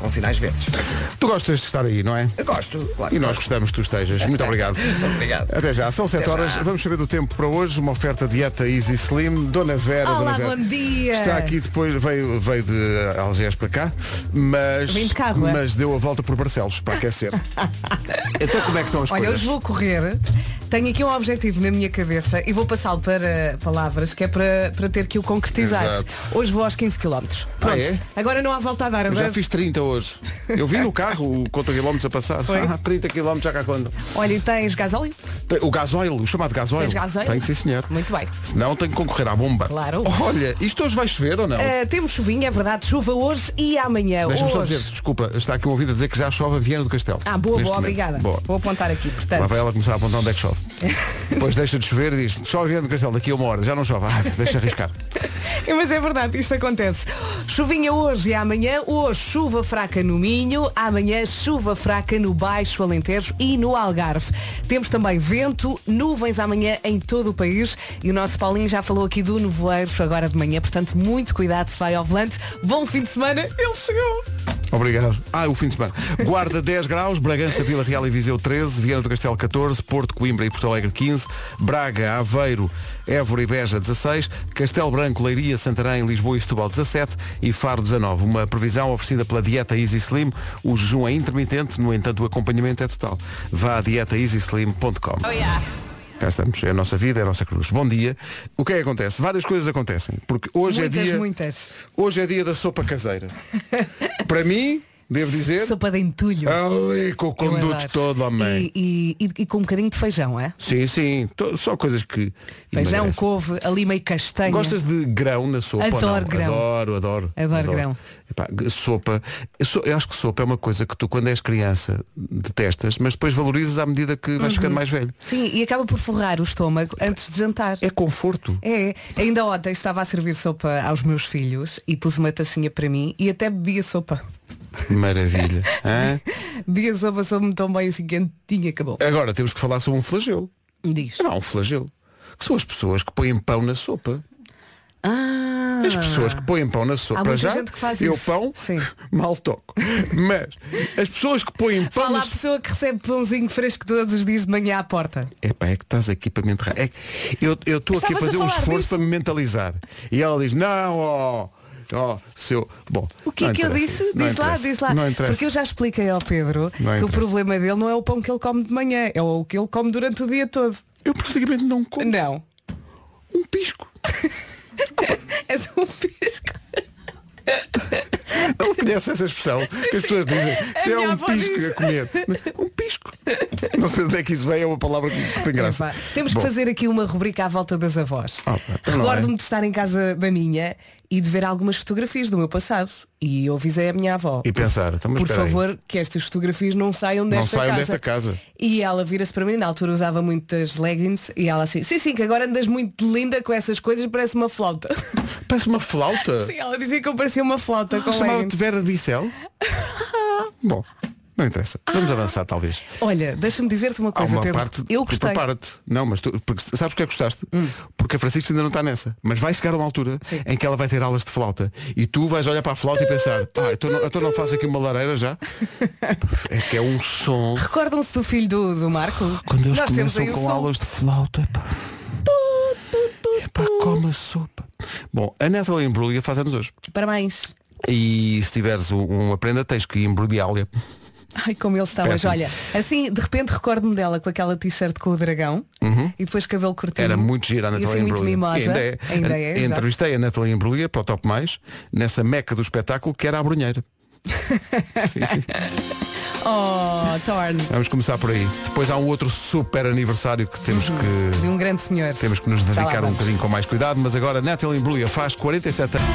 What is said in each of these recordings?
com sinais verdes. Tu gostas de estar aí, não é? Eu gosto, claro. E nós gostamos que tu estejas. Muito obrigado. Obrigado. Até já. São 7 Até horas. já. Vamos saber do tempo para hoje. Uma oferta dieta Easy Slim. Dona Vera. Olá, Dona Vera. bom dia. Está aqui depois, veio, veio de Algés para cá, mas, Vim de carro, é? mas deu a volta por Barcelos para aquecer. então como é que estão as Olha, coisas? hoje vou correr, tenho aqui um objetivo na minha cabeça e vou passá-lo para palavras, que é para, para ter que o concretizar. Exato. Hoje vou aos 15 km. Pronto. Ah, é? Agora não há volta a dar. Eu já Agora... fiz 30 hoje. Eu vi no carro o conta quilómetros a passar. Foi? Ah, 30 quilómetros já cá quando. Olha, e tens gasóleo? O gasóleo, o chamado gasóleo. Tens gasóleo? Tem, sim senhor. Muito bem. Senão tem que concorrer à bomba. Claro. Olha, isto hoje vai chover ou não? Ah, temos chuvinha, é verdade, chuva hoje e amanhã. Deixa-me só Hoje- dizer, desculpa, está aqui um ouvido a dizer que já chove a Viana do Castelo. Ah, boa, Neste boa, momento. obrigada. Boa. Vou apontar aqui, Lá portanto. vai ela começar a apontar onde é que chove. Depois deixa de chover e diz, chove a Viana do Castelo daqui a uma hora, já não chove. Ah, deixa arriscar. Mas é verdade, isto acontece. Chuvinha hoje e amanhã, hoje chuva fraca no Minho, amanhã chuva fraca no Baixo Alentejo e no Algarve. Temos também vento, nuvens amanhã em todo o país e o nosso Paulinho já falou aqui do nevoeiro agora de manhã, portanto muito cuidado se vai ao volante. Bom fim de semana, ele chegou! Obrigado. Ah, o fim de semana. Guarda 10 graus, Bragança, Vila Real e Viseu 13, Viana do Castelo 14, Porto, Coimbra e Porto Alegre 15, Braga, Aveiro, Évora e Beja 16, Castelo Branco, Leiria, Santarém, Lisboa e Setúbal 17 e Faro 19. Uma previsão oferecida pela Dieta Easy Slim. O jejum é intermitente, no entanto o acompanhamento é total. Vá a dietaeasyslim.com. Cá estamos, é a nossa vida, é a nossa cruz. Bom dia. O que é que acontece? Várias coisas acontecem. Porque hoje Muitas, é dia. muitas. Hoje é dia da sopa caseira. Para mim, devo dizer. Sopa de entulho. Ah, Ali com o Eu conduto adoro. um todo, homem. E, e- e com um bocadinho de feijão, é? Sim, sim. to- Só coisas que. Feijão, emagrecem. couve, ali meio castanho. Gostas de grão na sopa? ou Adoro não? grão. Adoro, adoro. Adoro grão. Epá, g- sopa. Eu, sou- eu acho que sopa é uma coisa que tu, quando és criança, detestas, mas depois valorizas à medida que vais Uhum. ficando mais velho. Sim, e acaba por forrar o estômago antes de jantar. É conforto. É, ainda ontem estava a servir sopa aos meus filhos e pus uma tacinha para mim e até bebia sopa. Maravilha. Hã? Bebia sopa, soube-me tão bem assim quentinha, acabou. Agora temos que falar sobre um flagelo. Diz. Não, um flagelo. Que são as pessoas que põem pão na sopa. Ah, As pessoas que põem pão na sopa. Há Para muita já, gente que faz eu isso. pão, Sim. mal toco. Mas as pessoas que põem pão fala na à sopa. pessoa que recebe pãozinho fresco todos os dias de manhã à porta. Epá, é que estás aqui para me enterrar. É que eu eu estou aqui a Estavas fazer a um falar esforço disso. para me mentalizar. E ela diz, não, ó. ó, seu. Bom. O que é não que eu interessa disse? isso, não diz lá, interessa. diz lá. Não interessa. Porque eu já expliquei ao Pedro que o interessa. problema dele não é o pão que ele come de manhã, é o que ele come durante o dia todo. Eu praticamente não como Não. um pisco. É só um pisco. Não conhece essa expressão que as pessoas dizem que é minha um avó pisco diz. a comer. Um pisco. Não sei onde é que isso vem, é uma palavra que tem graça. Epá, temos que Bom, fazer aqui uma rubrica à volta das avós. Ah, pá, então não Recordo-me é. de estar em casa da minha e de ver algumas fotografias do meu passado. E eu avisei a minha avó. E pensar, então, mas por espera aí. favor, que estas fotografias não saiam desta saiam casa. desta casa. E ela vira-se para mim, na altura usava muitas leggings, e ela assim, sim, sim, que agora andas muito linda com essas coisas, parece uma flauta. Parece uma flauta. sim, ela dizia que eu parecia uma flauta com leggings. Chamava-te Vera de Bicel? Bom, não interessa. Ah. Vamos avançar talvez. Olha, deixa-me dizer-te uma Há coisa, uma Pedro. parte. eu tu gostei. Hum. Prepara-te. Não, mas tu, porque sabes o que é que gostaste? Porque a Francisca ainda não está nessa. Mas vai chegar a uma altura Sim. em que ela vai ter aulas de flauta. E tu vais olhar para a flauta e pensar, ah, então não, então não faço aqui uma lareira já. é que é um som. Recordam-se do filho do, do Marco? Quando eles Nós temos aí começam o com som. aulas de flauta. é Pá. Epá, come a sopa. Bom, a Natalie Embrulha faz anos hoje. Parabéns. E se tiveres um, uma prenda, tens que embrulhá-la. Ai, como ele está hoje. Péssimo. Olha, assim, de repente recordo-me dela com aquela t-shirt com o dragão e depois cabelo curtinho. Uhum. Era muito gira a E Natalia assim, muito Imbruglia. mimosa. E Ainda é. Ainda é, exato. Entrevistei a Natalia Embrulha para o Top Mais, nessa meca do espetáculo que era a Brunheira. Sim, sim. Oh, Torn, Vamos começar por aí. Depois há um outro super aniversário que temos que de um grande senhor. temos que nos Já Tá lá dedicar um vamos. bocadinho com mais cuidado, mas agora Natalie Imbruglia faz 47 anos.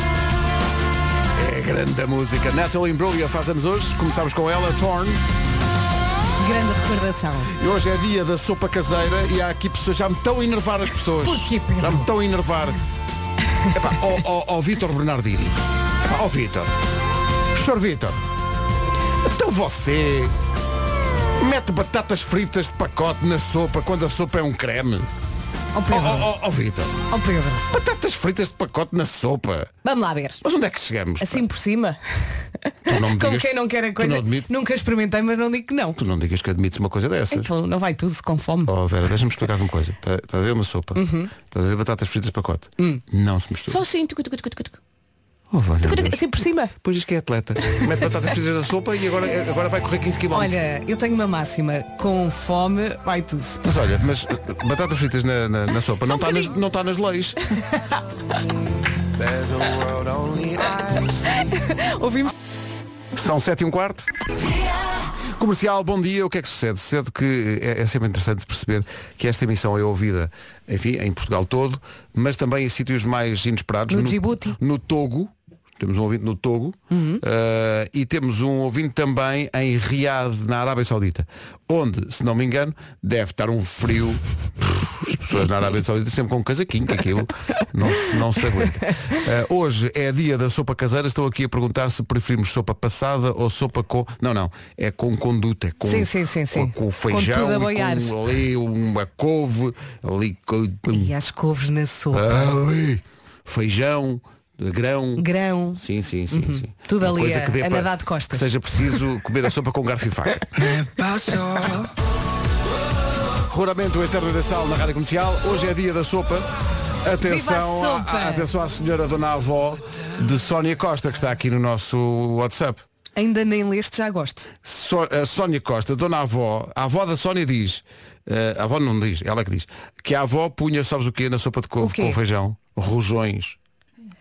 É grande a música. Natalie Imbruglia faz anos hoje. Começámos com ela, Torn. Grande recordação. E hoje é dia da sopa caseira e há aqui pessoas já me estão a enervar as pessoas. Porquê, Pedro? Já me estão a enervar. Epá, ó, ó, ó Vítor Bernardini. Epá, ó Vítor. Senhor Vítor. Então você mete batatas fritas de pacote na sopa quando a sopa é um creme. Ó Ó Pedro, ó oh, Vitor, Pedro, batatas fritas de pacote na sopa. vamos lá ver. Mas onde é que chegamos? pá? Assim por cima. não me Como digas- quem não quer a tu coisa. não admites- Nunca experimentei, mas não digo que não. Tu não digas que admites uma coisa dessas. Então não vai tudo com fome. Oh Vera, deixa-me explicar uma coisa. Estás tá a ver uma sopa? Estás a ver batatas fritas de pacote? Não se mistura. Uhum. Hum. Só assim, tucu, tucu, tucu, tucu, tucu, Oh, valha tucu, Deus. assim por cima. Pois diz que é atleta. Mete batatas fritas na sopa e agora, agora vai correr 15 km. Olha, eu tenho uma máxima. Com fome vai tudo. Mas olha, mas eh, batatas fritas na, na- na sopa não um está nas, bocadinho. não tá nas leis. Ouvimos. São 7 e um quarto. Comercial, bom dia. O que é que sucede? Sucede que eh, é, é sempre interessante perceber que esta emissão é ouvida, enfim, em Portugal todo, mas também em sítios mais inesperados. No Djibouti. Uhum. No Togo. Temos um ouvinte no Togo. eh, e temos um ouvinte também em Riad, na Arábia Saudita. Onde, se não me engano, deve estar um frio. As pessoas na Arábia Saudita sempre com um casaquinho, que aquilo não se, não se aguenta. Eh, hoje é dia da sopa caseira. Estou aqui a perguntar se preferimos sopa passada ou sopa com. Não, não. É com conduta. é Com, Sim, sim, sim, sim. Com, com Com feijão, tudo a e boiar. com ali uma couve, ali. co- E as couves na sopa. Ah. ali feijão, grão. Grão. Uhum. Sim, sim, sim. sim. Tudo Uma ali coisa a- que dê a para- nadar de costas. Que seja preciso comer a sopa com garfo e faca. Ruramento externo da sal na Rádio Comercial. Hoje é dia da sopa. Atenção, Viva a sopa! à- à- atenção à senhora Dona Avó de Sónia Costa, que está aqui no nosso WhatsApp. Ainda nem leste, já gosto. So- a Sónia Costa, Dona Avó, a avó da Sónia diz, eh, a avó não diz, ela é que diz, que a avó punha, sabes o quê, na sopa de O couve quê? com feijão? Rojões.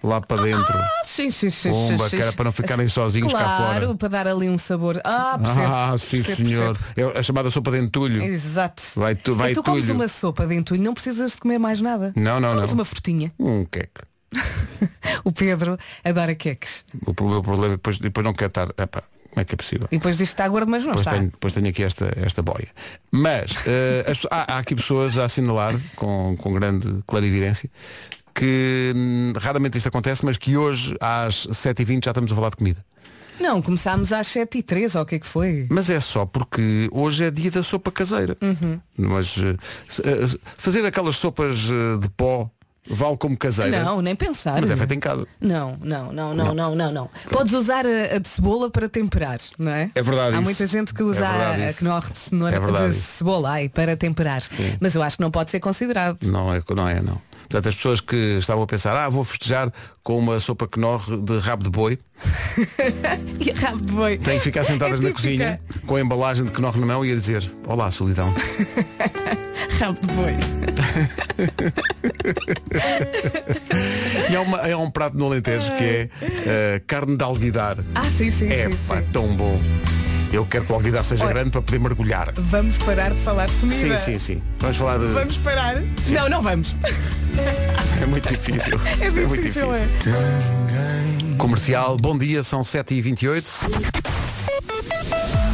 Lá para dentro. Ah, Sim, sim, sim. Pumba, que era para não ficarem sozinhos cá claro, fora. para dar ali um sabor. Ah, percebo. Ah, sim Percebo, senhor. percebo. É a chamada sopa de entulho. Exato. Vai tu- vai e tu comes tulho. uma sopa de entulho, não precisas de comer mais nada. Não, não, comes não. uma frutinha. Um queque. O Pedro adora queques. O pro- o problema é depois, depois não quer estar. Epá, como é que é possível? E depois diz que está gordo, mas não Depois está. tenho, depois tenho aqui esta, esta boia. Mas eh, as- há, há aqui pessoas a assinalar com, com grande clarividência que hum, raramente isto acontece, mas que hoje às 7h20 já estamos a falar de comida. Não, começámos às 7 e 3 ou o que é que foi? Mas é só porque hoje é dia da sopa caseira. Uhum. Mas eh, se- eh, fazer aquelas sopas eh, de pó vale como caseira. Não, nem pensar. Mas é feita em casa. Não, não, não, não, não, não, não. Podes usar a, a de cebola para temperar, não é? É verdade Há isso. muita gente que É usa verdade a, a isso. knorr de, cenoura, É verdade de isso. cebola ai, para temperar. Mas eu acho que não pode ser considerado. Não é, não é, não. Portanto, as pessoas que estavam a pensar, ah, vou festejar com uma sopa que norre de rabo de boi, Hum. E rabo de boi. têm que ficar sentadas É na típica. cozinha com a embalagem de que norre na mão e a dizer, olá, solidão. Rabo de boi. E há, uma, há um prato no Alentejo que é eh, carne de alvidar. Ah, sim, sim, É sim, pá, sim. tão bom. Eu quero que o alvidar seja Olha. grande para poder mergulhar. Vamos parar de falar de Sim, comida. sim, sim. Vamos falar de. Vamos parar. Não, não vamos. É muito difícil. É difícil, muito difícil. é. Comercial, bom dia, são 7h28.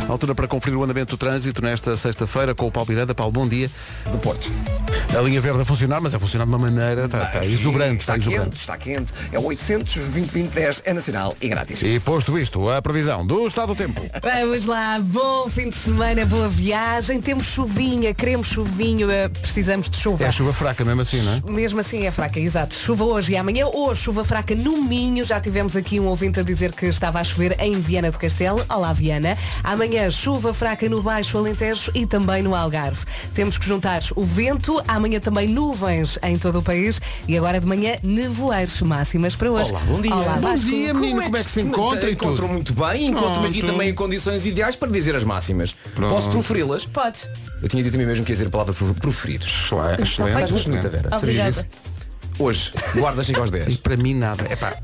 Altura para conferir o andamento do trânsito nesta sexta-feira com o Paulo Miranda. Paulo, bom dia. Do Porto. Ah, tá, A linha verde a funcionar, mas a funcionar de uma maneira está, está Sim, exuberante, Ah, Está, está quente, exuberante. está quente. É o 800 2010 é nacional e grátis. E posto isto, a previsão do estado do tempo. Vamos lá, bom fim de semana, boa viagem. Temos chuvinha, queremos chuvinho, eh, precisamos de chuva. É chuva fraca mesmo assim, não é? Mesmo assim é fraca, exato. Chuva hoje e amanhã, hoje chuva fraca no Minho. Já tivemos aqui um ouvinte a dizer que estava a chover em Viana do Castelo. Olá, Viana. Amanhã chuva fraca no Baixo Alentejo e também no Algarve. Temos que juntar o vento, amanhã também nuvens em todo o país e agora de manhã nevoeiros máximas para hoje. Olá, bom dia. Olá, Bom Vasco. dia, menino, como é que se encontra e Encontro tudo? muito bem, encontro-me aqui Pronto. também em condições ideais para dizer as máximas. Pronto. Posso proferi-las? Pode. Eu tinha dito a mim mesmo que ia dizer a palavra pro- proferir. Excelente. Estás muito bonita, Vera. Obrigada. Sabias disso? Hoje, guarda chega aos 10. Para mim nada. É pá,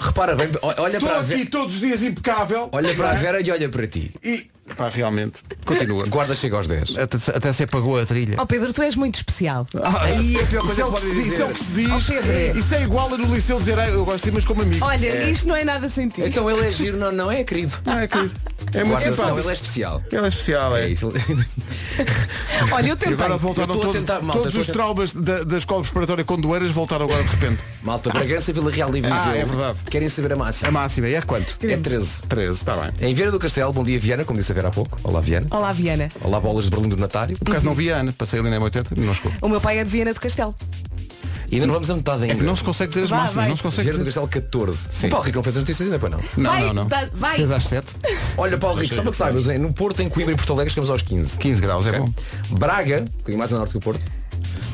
Repara bem, o- olha para, a Ve- todos os dias impecável. olha para a Vera e olha para ti. E pá, realmente. Continua. Guarda chega aos 10. Até, até se apagou a trilha. Oh Pedro, tu és muito especial. Ah, Aí a pior Isso coisa é, que o que se se pode diz, isso é o dizer. que se diz. Oh, Pedro, é. Isso é igual a no liceu dizer "Ah, eu gosto de ti, mas como amigo. Olha, isto não é nada sentido. Então ele é giro, não, não é, querido? Não é, querido? É muito Guarda- simpático. Não, ele é especial. Ela é especial, É é. isso. Olha, eu E tentei. agora Eu voltaram estou a todo- tentar, malta, todos estou a os tentar. traumas da, da escola preparatória com doeiras voltaram agora de repente. Malta, Bragança, Vila Real e Viseu. Ah, é verdade. Querem saber A a máxima? máxima é quanto? É 13. 13, está tá bem. Em Viana do Castelo, bom dia Viana, como disse a Vera há pouco. Olá Viana. Olá, Viana. Olá bolas de Berlim do Natário. Por acaso não vi a Ana, passei ali na M80, não chegou. O meu pai é de Viana do Castelo. E ainda não vamos a metade ainda. É Não se consegue dizer as Vá, máximas, vai. não se consegue Viana do dizer. Castelo 14. O Paulo Rico não fez as notícias ainda, pois não. Não, Vai, não, não. dá- vai. 6 às 7, Olha, Paulo Rico, só para que saibas, hein, no Porto, em Coimbra e Porto Alegre, chegamos aos 15. 15 graus, é Ok? bom. Braga, um bocadinho mais a norte que o Porto.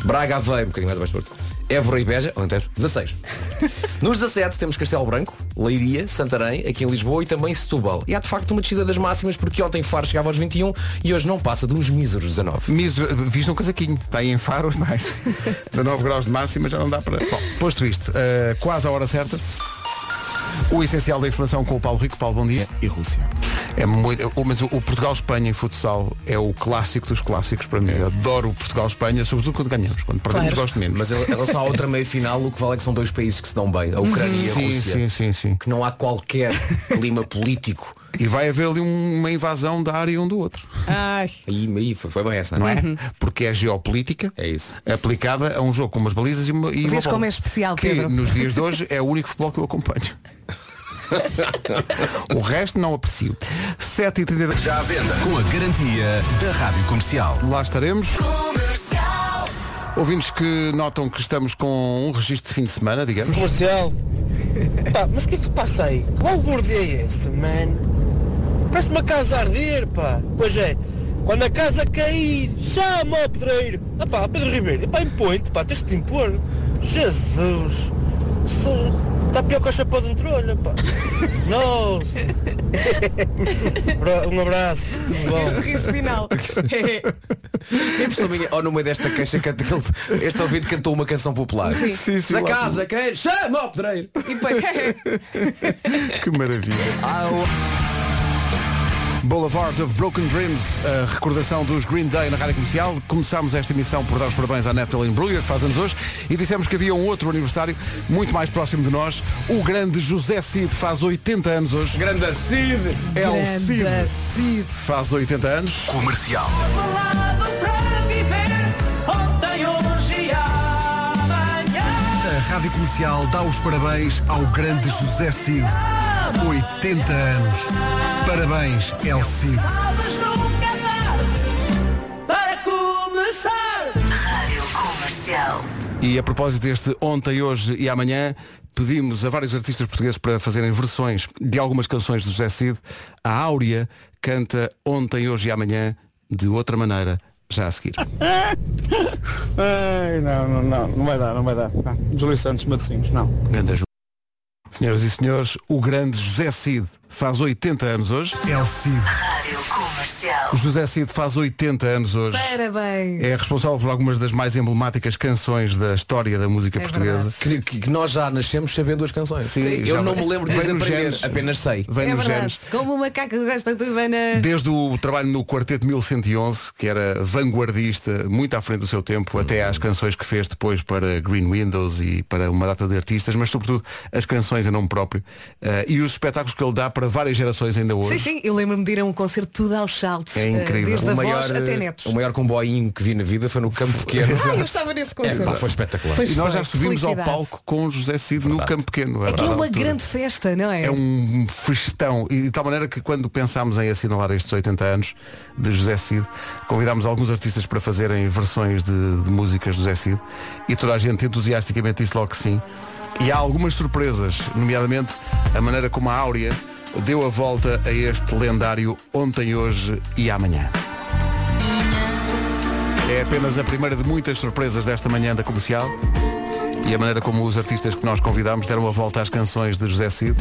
Braga, Aveiro, um bocadinho mais abaixo do Porto. Évora e Beja, Alentejo, 16. Nos 17 temos Castelo Branco, Leiria, Santarém, aqui em Lisboa e também Setúbal. E há de facto uma descida das máximas porque ontem Faro chegava aos 21 e hoje não passa de uns míseros 19. Miso, viste um casaquinho, está aí em faro, mas 19 graus de máxima já não dá para. Bom, posto isto, eh, quase a hora certa. O essencial da informação com o Paulo Rico. Paulo, bom dia. E Rússia. É muito, o- mas o, o Portugal-Espanha em futsal é o clássico dos clássicos para mim. Eu adoro o Portugal-Espanha, sobretudo quando ganhamos. Quando perdemos Claro. gosto menos. Mas em relação à outra meia final, o que vale é que são dois países que se dão bem, a Ucrânia e a sim, Rússia. sim, sim, sim. Que não há qualquer clima político. E vai haver ali um- uma invasão da área um do outro, Ai. Aí, aí foi, foi bem essa, não é? Porque é geopolítica É isso. aplicada a um jogo com umas balizas e uma. E uma Vês bola. como é especial, que Pedro. nos dias de hoje é o único futebol que eu acompanho. o resto não aprecio. 7h32. Já à venda. Com a garantia da Rádio Comercial. Lá estaremos. Ouvintes que notam que estamos com um registro de fim de semana, digamos. Comercial. Pá, mas o que é que se passa aí? Que balbúrdia é esse, man? Parece uma casa a arder, pá. Pois é, quando a casa cair, chama ao pedreiro. Ah pá, Pedro Ribeiro, pá, impõe-te, pá, tens de te impor. Jesus. Está pior que a chapa de um trolho, pá. Nossa. Bra- um abraço, tudo Este bom. riso final. É impressão minha, ou no meio desta queixa, canta aquele, este ouvinte cantou uma canção popular. Sim. Sim, sim, Na lá casa, quem chama ao pedreiro. e depois. Que maravilha. Boulevard of Broken Dreams, a recordação dos Green Day na Rádio Comercial. Começámos esta emissão por dar os parabéns à Natalie Brugger, que faz anos hoje, e dissemos que havia um outro aniversário muito mais próximo de nós. O grande José Cid faz 80 anos hoje. Grande Cid. É o Grande Cid. Faz 80 anos. Comercial. A Rádio Comercial dá os parabéns ao grande José Cid. 80 anos. Parabéns, El Cid. E a propósito deste ontem, hoje e amanhã, pedimos a vários artistas portugueses para fazerem versões de algumas canções de José Cid. A Áurea canta ontem, hoje e amanhã de outra maneira, já a seguir. Ai, não, não, não, não vai dar, não vai dar. Não. Júlio Santos, Matosinhos, não. Ganda Ju- Senhoras e senhores, o grande José Cid faz 80 anos hoje. El Cid. O José Cid faz 80 anos hoje. Parabéns. É responsável por algumas das mais emblemáticas canções da história da música É portuguesa. verdade. Que, que- que nós já nascemos sabendo as canções. já Eu não vem- me lembro de vem as nos aprender, genes. apenas sei. Vem é nos verdade. genes. Como uma caca que gosta de banana. Desde o trabalho no Quarteto 1111, que era vanguardista, muito à frente do seu tempo, até às canções que fez depois para Green Windows e para uma data de artistas, mas sobretudo as canções em nome próprio eh, e os espetáculos que ele dá para várias gerações ainda hoje. Sim, sim, eu lembro-me de ir a um concerto tudo aos saltos. É eh, incrível. Desde a o, voz maior, até netos. o maior comboinho que vi na vida foi no Campo Pequeno. Ah, eu estava nesse é, concerto. pá, foi espetacular. Pois E nós foi. já subimos Felicidade. ao palco com o José Cid no Campo Pequeno. É que é verdade, uma altura. grande festa, não é? É um festão. E de tal maneira que quando pensámos em assinalar estes 80 anos de José Cid, convidámos alguns artistas para fazerem versões de, de músicas de José Cid e toda a gente entusiasticamente disse logo que sim. E há algumas surpresas, nomeadamente a maneira como a Áurea deu a volta a este lendário ontem, hoje e amanhã. É apenas a primeira de muitas surpresas desta manhã da comercial. E a maneira como os artistas que nós convidámos deram a volta às canções de José Cid.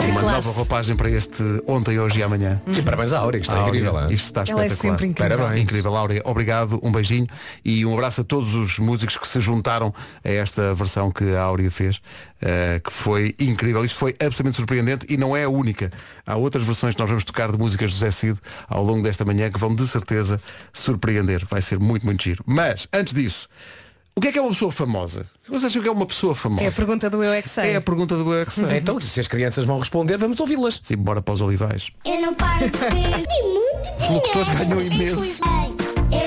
É Uma Classe. Hum. nova roupagem para este ontem, hoje e amanhã. E parabéns à Áurea, que está Áurea, incrível. hein? Isto está Ela é espetacular. sempre incrível. Parabéns. Incrível, Áurea. Obrigado, um beijinho e um abraço a todos os músicos que se juntaram a esta versão que a Áurea fez, eh, que foi incrível. Isto foi absolutamente surpreendente e não é a única. Há outras versões que nós vamos tocar de músicas de José Cid ao longo desta manhã que vão de certeza surpreender. Vai ser muito, muito giro. Mas, antes disso, O que é que é uma pessoa famosa? Vocês acham que é uma pessoa famosa? É a pergunta do eu é que sei. É a pergunta do eu é que sei. Então, se as crianças vão responder, vamos ouvi-las. Sim, bora para os olivais. Eu não paro de ver. Tem muito dinheiro. Os locutores ganham imenso. Eu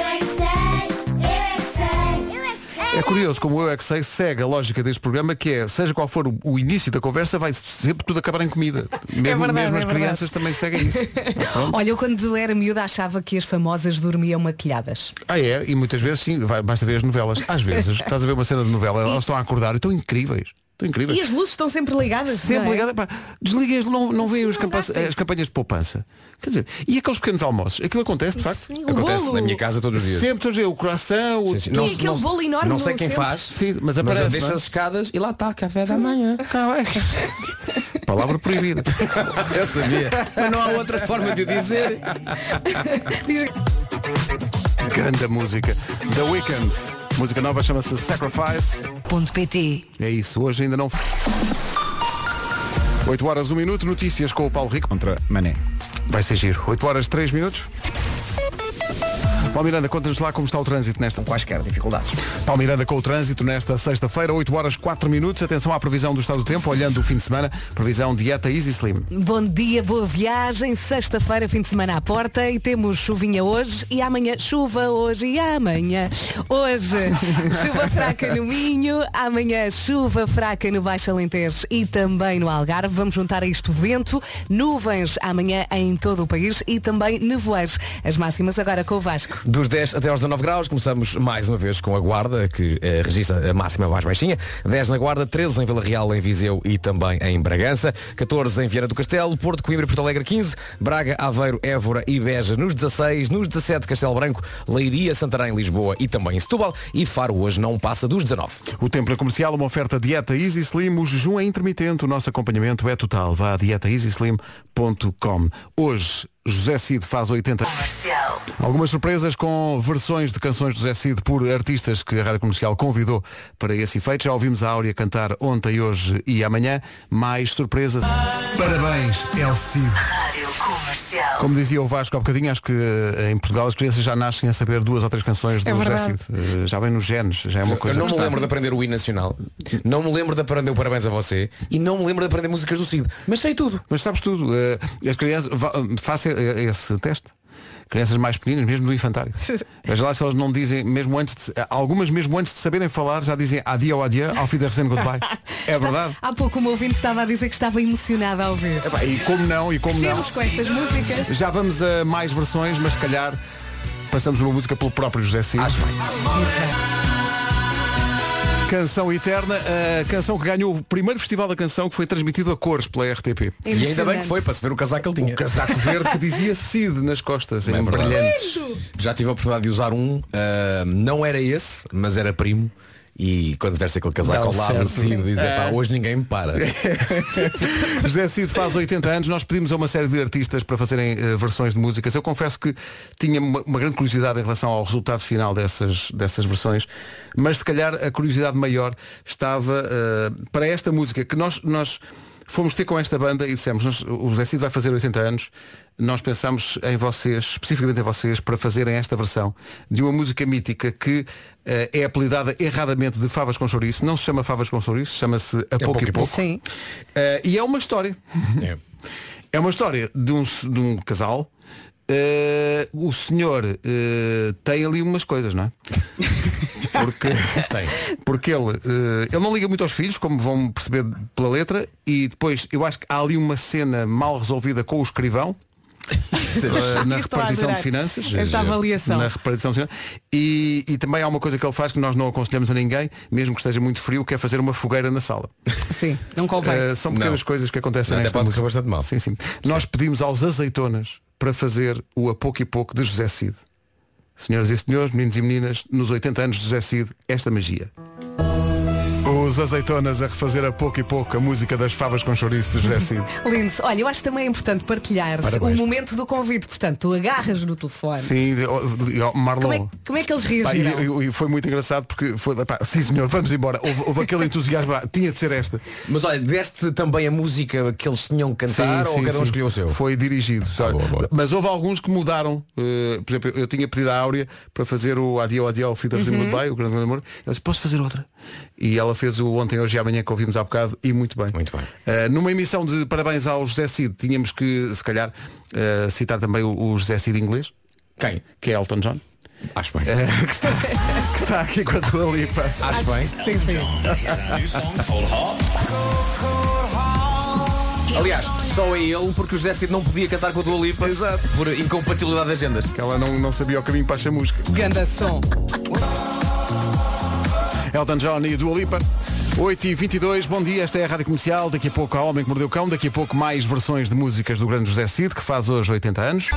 é que sei, eu é que sei, eu é que sei. É curioso como o Eu é que sei segue a lógica deste programa que é, seja qual for o, o início da conversa, vai sempre tudo acabar em comida. Mesmo, verdade, mesmo é as verdade. crianças também seguem isso. Mas pronto. Olha, eu quando era miúda achava que as famosas dormiam maquilhadas. Ah é, e muitas vezes sim, vai- basta ver as novelas. Às vezes, estás a ver uma cena de novela, elas estão a acordar e estão incríveis. Estão incríveis. E as luzes estão sempre ligadas. Sempre não é? ligada, pá, desliguem, as- não, não veem os não campa- gastem. as campanhas de poupança. Quer dizer, e aqueles pequenos almoços? Aquilo acontece, de facto? Sim, o Acontece bolo. na minha casa todos os dias. Sempre todos os dias, o coração, o... Não- aquele não- bolo enorme Não sei no quem centro. faz. Sim, mas Mas aparece. deixa não é? as escadas e lá está, café da manhã. Palavra proibida. Eu sabia. Mas não há outra forma de o dizer. Grande música. The Weeknd. Música nova chama-se Sacrifice. .pt É isso, hoje ainda não. 8 horas, 1 minuto, notícias com o Paulo Rico. Contra Mané. Vai ser giro. 8 horas, 3 minutos. Paulo Miranda, conta-nos lá como está o trânsito nesta. Quaisquer dificuldades. Paulo Miranda com o trânsito nesta sexta-feira, 8 horas 4 minutos. Atenção à previsão do estado do tempo, olhando o fim de semana, previsão dieta Easy Slim. Bom dia, boa viagem. Sexta-feira, fim de semana à porta e temos chuvinha hoje e amanhã chuva hoje e amanhã. Hoje, chuva fraca no Minho, amanhã chuva fraca no Baixo Alentejo e também no Algarve. Vamos juntar a isto vento, nuvens amanhã em todo o país e também nevoeiros. As máximas agora com o Vasco. Dos 10 até aos 19 graus, começamos mais uma vez com a Guarda, que eh, registra a máxima mais baixinha. 10 na Guarda, 13 em Vila Real, em Viseu e também em Bragança. 14 em Vieira do Castelo, Porto, Coimbra e Porto Alegre, 15. Braga, Aveiro, Évora e Beja nos 16. Nos 17, Castelo Branco, Leiria, Santarém, Lisboa e também em Setúbal. E Faro hoje não passa dos 19. O tempo é comercial, uma oferta dieta Easy Slim. O jejum é intermitente, o nosso acompanhamento é total. Vá a dietaeasyslim.com. Hoje, José Cid faz 80. Algumas surpresas com versões de canções de José Cid por artistas que a Rádio Comercial convidou para esse efeito. Já ouvimos a Áurea cantar ontem, hoje e amanhã. Mais surpresas. Parabéns, El Cid. Como dizia o Vasco há bocadinho, acho que eh, em Portugal as crianças já nascem a saber duas ou três canções do É José verdade. Cid. Eh, Já vem nos genes, já é uma coisa eu não que me está- lembro de aprender o hino nacional, não me lembro de aprender o parabéns a você e não me lembro de aprender músicas do Cid, mas sei tudo. Mas sabes tudo, eh, as crianças, va- faça eh, esse teste. Crianças mais pequeninas, mesmo do infantário. Veja lá se elas não dizem, mesmo antes de, eh, algumas mesmo antes de saberem falar, já dizem adia ou adia, ao fim da recente goodbye. É Está- verdade. Há pouco o meu ouvinte estava a dizer que estava emocionada ao ver. Epá, E como não, e como não. Crescemos com estas músicas. Já vamos a mais versões, mas se calhar passamos uma música pelo próprio José Cid. Acho bem. Canção Eterna, a canção que ganhou o primeiro festival da canção que foi transmitido a cores pela RTP. E ainda bem que foi para se ver o casaco que ele tinha. O casaco verde que dizia Cid nas costas, É em verdade. brilhantes. Já tive a oportunidade de usar um, ah, não era esse, mas era primo. E quando veste aquele casaco Dá ao um certo. lado, assim, dizer, pá, É. hoje ninguém me para. É. José Cid faz 80 anos, nós pedimos a uma série de artistas para fazerem eh, versões de músicas. Eu confesso que tinha uma, uma grande curiosidade em relação ao resultado final dessas, dessas versões, mas se calhar a curiosidade maior estava eh, para esta música que nós, nós fomos ter com esta banda e dissemos, nós- o José Cid vai fazer 80 anos, nós pensamos em vocês, especificamente em vocês, para fazerem esta versão de uma música mítica que eh, é apelidada erradamente de Favas com Chouriço, não se chama Favas com Chouriço, chama-se A É Pouco, e Pouco. Sim. Eh, e é uma história. É. É uma história de um, de um casal. Eh, o senhor eh, tem ali umas coisas, não é? Porque, porque ele, eh, ele não liga muito aos filhos, como vão perceber pela letra, e depois eu acho que há ali uma cena mal resolvida com o escrivão. eh, na Eu estou a repartição adorar de finanças esta avaliação. na repartição de finanças e, e também há uma coisa que ele faz que nós não aconselhamos a ninguém mesmo que esteja muito frio que é fazer uma fogueira na sala Sim, não convém. Eh, Uh, são pequenas Não. coisas que acontecem Não, até nesta pode música. correr bastante mal. Sim, sim. Nós pedimos aos azeitonas para fazer o A Pouco e Pouco de José Cid. Senhoras e senhores, meninos e meninas, nos 80 anos de José Cid, esta magia. Os os azeitonas a refazer a pouco e pouco a música das favas com chouriço de José Cid. Lindo. Olha, eu acho também é importante partilhar Parabéns. o momento do convite. Portanto, tu agarras no telefone. Sim, de- oh, de- oh, Marlon. Como é, como é que eles Pá, reagiram? e, e- e foi muito engraçado porque foi, pá, sim senhor, vamos embora. Houve, houve aquele entusiasmo, ah, tinha de ser esta. Mas olha, deste também a música que eles tinham que cantar ou cada um escolheu o seu? Ah, Foi dirigido, sabe? boa, boa. Mas houve alguns que mudaram. eh, por exemplo, eu, eu tinha pedido à Áurea para fazer o Adio Adio Fita uhum. Goodbye, o grande amor. Ela disse, posso fazer outra? E ela fez o ontem, hoje e amanhã que ouvimos há bocado e muito bem. Muito bem. Eh, numa emissão de parabéns ao José Cid, tínhamos que, se calhar, eh, citar também o, o José Cid inglês, Quem? que é Elton John, Acho bem. que está aqui com a tua lipa. Acho bem. Sim, sim. Aliás, só é ele porque o José Cid não podia cantar com a Dua Lipa Exato. por incompatibilidade de agendas. Que ela não, não sabia o caminho para a chamusca. Ganda som. Elton John e Dua Lipa. 8 e 22 bom dia, esta é a Rádio Comercial, daqui a pouco a Homem que Mordeu o Cão, daqui a pouco mais versões de músicas do grande José Cid, que faz hoje 80 anos.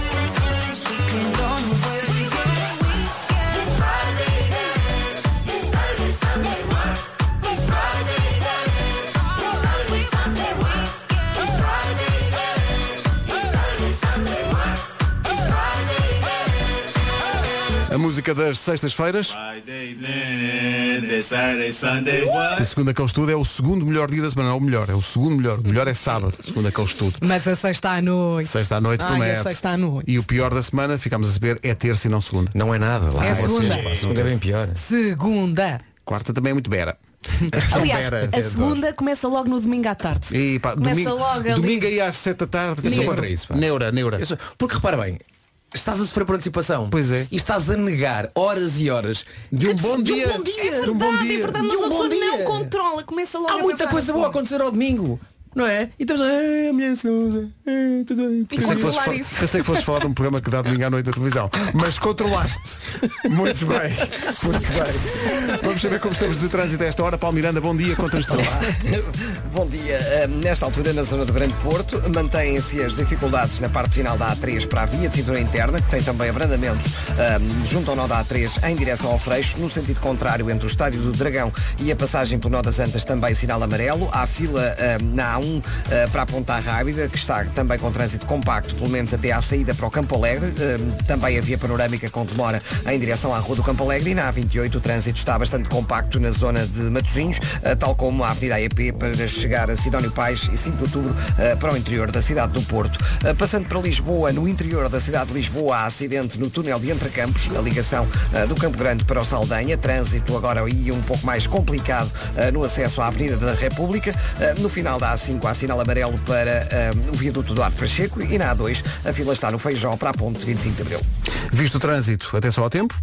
A música das sextas-feiras, de segundo aquele estudo, é o segundo melhor dia da semana, não é o melhor, é o segundo melhor, o melhor é sábado, segundo aquele estudo. Mas a sexta à noite. Sexta à noite Ai, promete. Ah, a sexta à noite. E o pior da semana, ficamos a saber, é terça e não segunda. Não é nada. Lá É com vocês, segunda. pá. A segunda é bem pior. Segunda. Quarta também é muito bera. Aliás, é Vera, a adoro. segunda começa logo no domingo à tarde. E pá, Começa domingo, logo ali. domingo aí às 7 da tarde. Eu sou Negro. contra isso. pá. Neura, neura. Eu sou- Porque repara bem, estás a sofrer por antecipação. Pois é. E estás a negar horas e horas De um que- bom dia. É verdade, De um bom é dia. verdade, mas De um a pessoa bom dia. não controla, começa logo Há a muita pensar coisa assim. boa a acontecer ao domingo. Não é? E estamos a... "Ah, amanhã é segunda. Ah, tudo bem." Pensei que, fosses Controlar fa- isso. pensei que fosses falar de um programa que dá domingo à noite na televisão. Mas controlaste. Muito bem. Muito bem. Vamos saber como estamos de trânsito a esta hora. Paulo Miranda, bom dia. Contas-te lá. Bom dia. Ahm, Nesta altura, na zona do Grande Porto, mantêm-se as dificuldades na parte final da A3 para a via de cintura interna, que tem também abrandamentos ahm, junto ao nó da A3 em direção ao Freixo, no sentido contrário entre o Estádio do Dragão e a passagem pelo nó das Antas, também sinal amarelo. Há fila ahm, na A1 ah, para a Ponta Rábida, que está também com trânsito compacto, pelo menos até à saída para o Campo Alegre. Ahm, também a via panorâmica com demora em direção à Rua do Campo Alegre e na A28 o trânsito está bastante compacto na zona de Matosinhos, ah, tal como a Avenida AEP para chegar a Sidónio Pais e 5 de Outubro ah, para o interior da cidade do Porto. Ah, Passando para Lisboa, no interior da cidade de Lisboa há acidente no túnel de Entre Campos, na ligação ah, do Campo Grande para o Saldanha. Trânsito agora aí um pouco mais complicado ah, no acesso à Avenida da República. Ah, No final da A5 há sinal amarelo para ah, o viaduto do Arte Pacheco e na A2 a fila está no Feijó para a ponte 25 de Abril. Visto o trânsito, atenção ao tempo.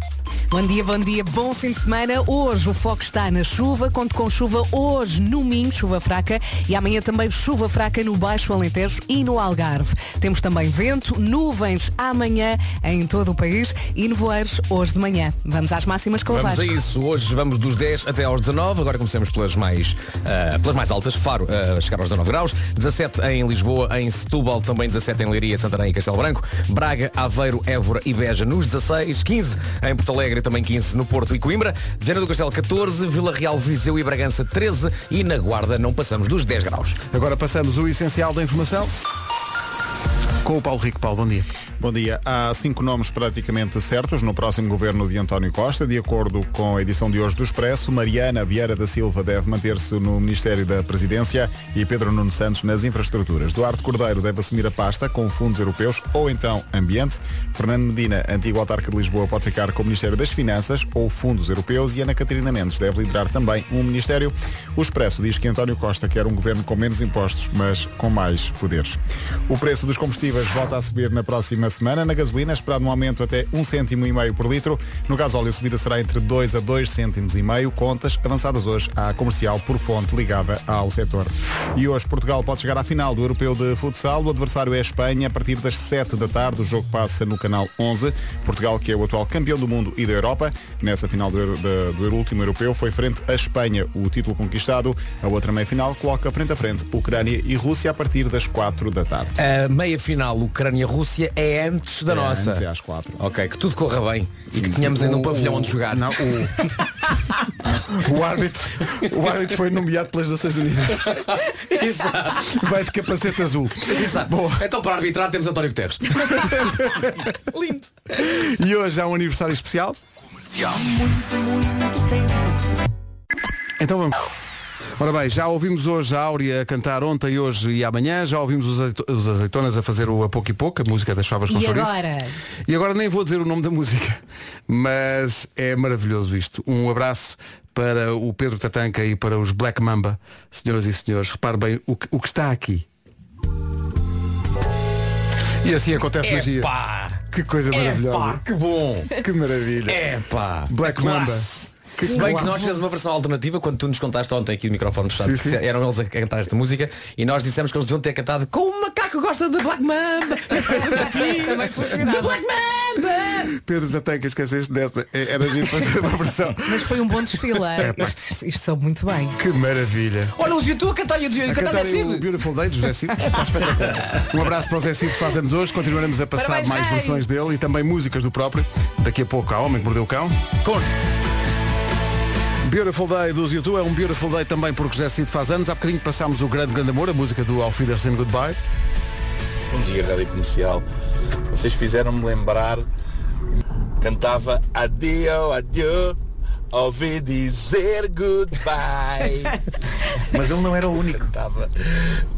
Bom dia, bom dia, bom fim de semana. Hoje o foco está na chuva, conto com chuva hoje no Minho, chuva fraca, e amanhã também chuva fraca no Baixo Alentejo e no Algarve. Temos também vento, nuvens amanhã em todo o país e nevoeiros hoje de manhã. Vamos às máximas com o Vamos Vasco. a isso. Hoje vamos dos 10 até aos 19. Agora começamos pelas mais, ah, pelas mais altas. Faro ah, chegar aos 19 graus. 17 em Lisboa, em Setúbal, também 17 em Leiria, Santarém e Castelo Branco. Braga, Aveiro, Évora e Beja nos 16. 15 em Porto Alegre, também 15 no Porto e Coimbra. Viana do Castelo 14, Vila Real, Viseu e Bragança 13. E na Guarda não passamos dos 10 graus. Agora passamos o essencial da informação. Com o Paulo Rico. Paulo, bom dia. Bom dia. Há cinco nomes praticamente certos no próximo governo de António Costa. De acordo com a edição de hoje do Expresso, Mariana Vieira da Silva deve manter-se no Ministério da Presidência e Pedro Nuno Santos nas infraestruturas. Duarte Cordeiro deve assumir a pasta com fundos europeus ou então ambiente. Fernando Medina, antigo autarca de Lisboa, pode ficar com o Ministério das Finanças ou fundos europeus e Ana Catarina Mendes deve liderar também um ministério. O Expresso diz que António Costa quer um governo com menos impostos, mas com mais poderes. O preço dos combustíveis volta a subir na próxima semana. Na gasolina, esperado um aumento até um cêntimo e meio por litro. No gasóleo, a subida será entre 2 a 2 cêntimos e meio. Contas avançadas hoje à comercial por fonte ligada ao setor. Oh, E hoje Portugal pode chegar à final do Europeu de Futsal. O adversário é a Espanha a partir das 7 da tarde. O jogo passa no canal 11. Portugal, que é o atual campeão do mundo e da Europa, nessa final do, Euro- da- do último europeu, foi frente à Espanha. O título conquistado, a outra meia-final, coloca frente a frente Ucrânia e Rússia a partir das 4 da tarde. A meia-final Ucrânia-Rússia é antes da É nossa. antes, é às quatro. Ok, que tudo corra bem. e que tenhamos ainda um pavilhão onde jogar. Não, o, O árbitro, o árbitro foi nomeado pelas Nações Unidas. Exato. Vai de capacete azul. Exato. Boa. Então para arbitrar temos António Guterres. Lindo. E hoje há um aniversário especial. Então vamos. Ora bem, já ouvimos hoje a Áurea a cantar ontem, hoje e amanhã, já ouvimos os, azeito- os azeitonas a fazer o A Pouco e Pouco, a música das favas com E chouriço. agora? E agora nem vou dizer o nome da música, mas é maravilhoso isto. Um abraço para o Pedro Tatanca e para os Black Mamba. Senhoras e senhores, repare bem o que, o que está aqui. E assim acontece magia. Epá! Que coisa Epá, maravilhosa. que bom! Que maravilha. Epá! é Black Que Mamba. classe. Que Se bem que classe. nós fizemos uma versão alternativa quando tu nos contaste ontem aqui do microfone Sim, fechado sim. que eram eles a cantar esta música e nós dissemos que eles deviam ter cantado como o macaco gosta de Black Mamba. Também de funcionava. Black Mamba! Pedro Tatanca, esqueceste dessa. É- Era gente fazer uma versão. Mas foi um bom desfile. É, hein? pá. Isto, isto, isto soube muito bem. Que maravilha. Olha, os YouTube a cantar e a A cantar é cantarem o Cid. Beautiful Day do José Cid. Está espetacular. Um abraço para o José Cid que faz anos hoje. Continuaremos a passar Parabéns, mais rei. versões dele e também músicas do próprio. Daqui a pouco há Homem que Mordeu o Cão. Com- Beautiful Day dos YouTube. É um Beautiful Day também porque José Cid faz anos. Há bocadinho passámos o Grande Grande Amor, a música do Alfie Recent Goodbye. Bom Um dia, Rádio Comercial. Vocês fizeram-me lembrar. Cantava adio, adio. Ouvi dizer goodbye. Mas ele não era o único. Cantava.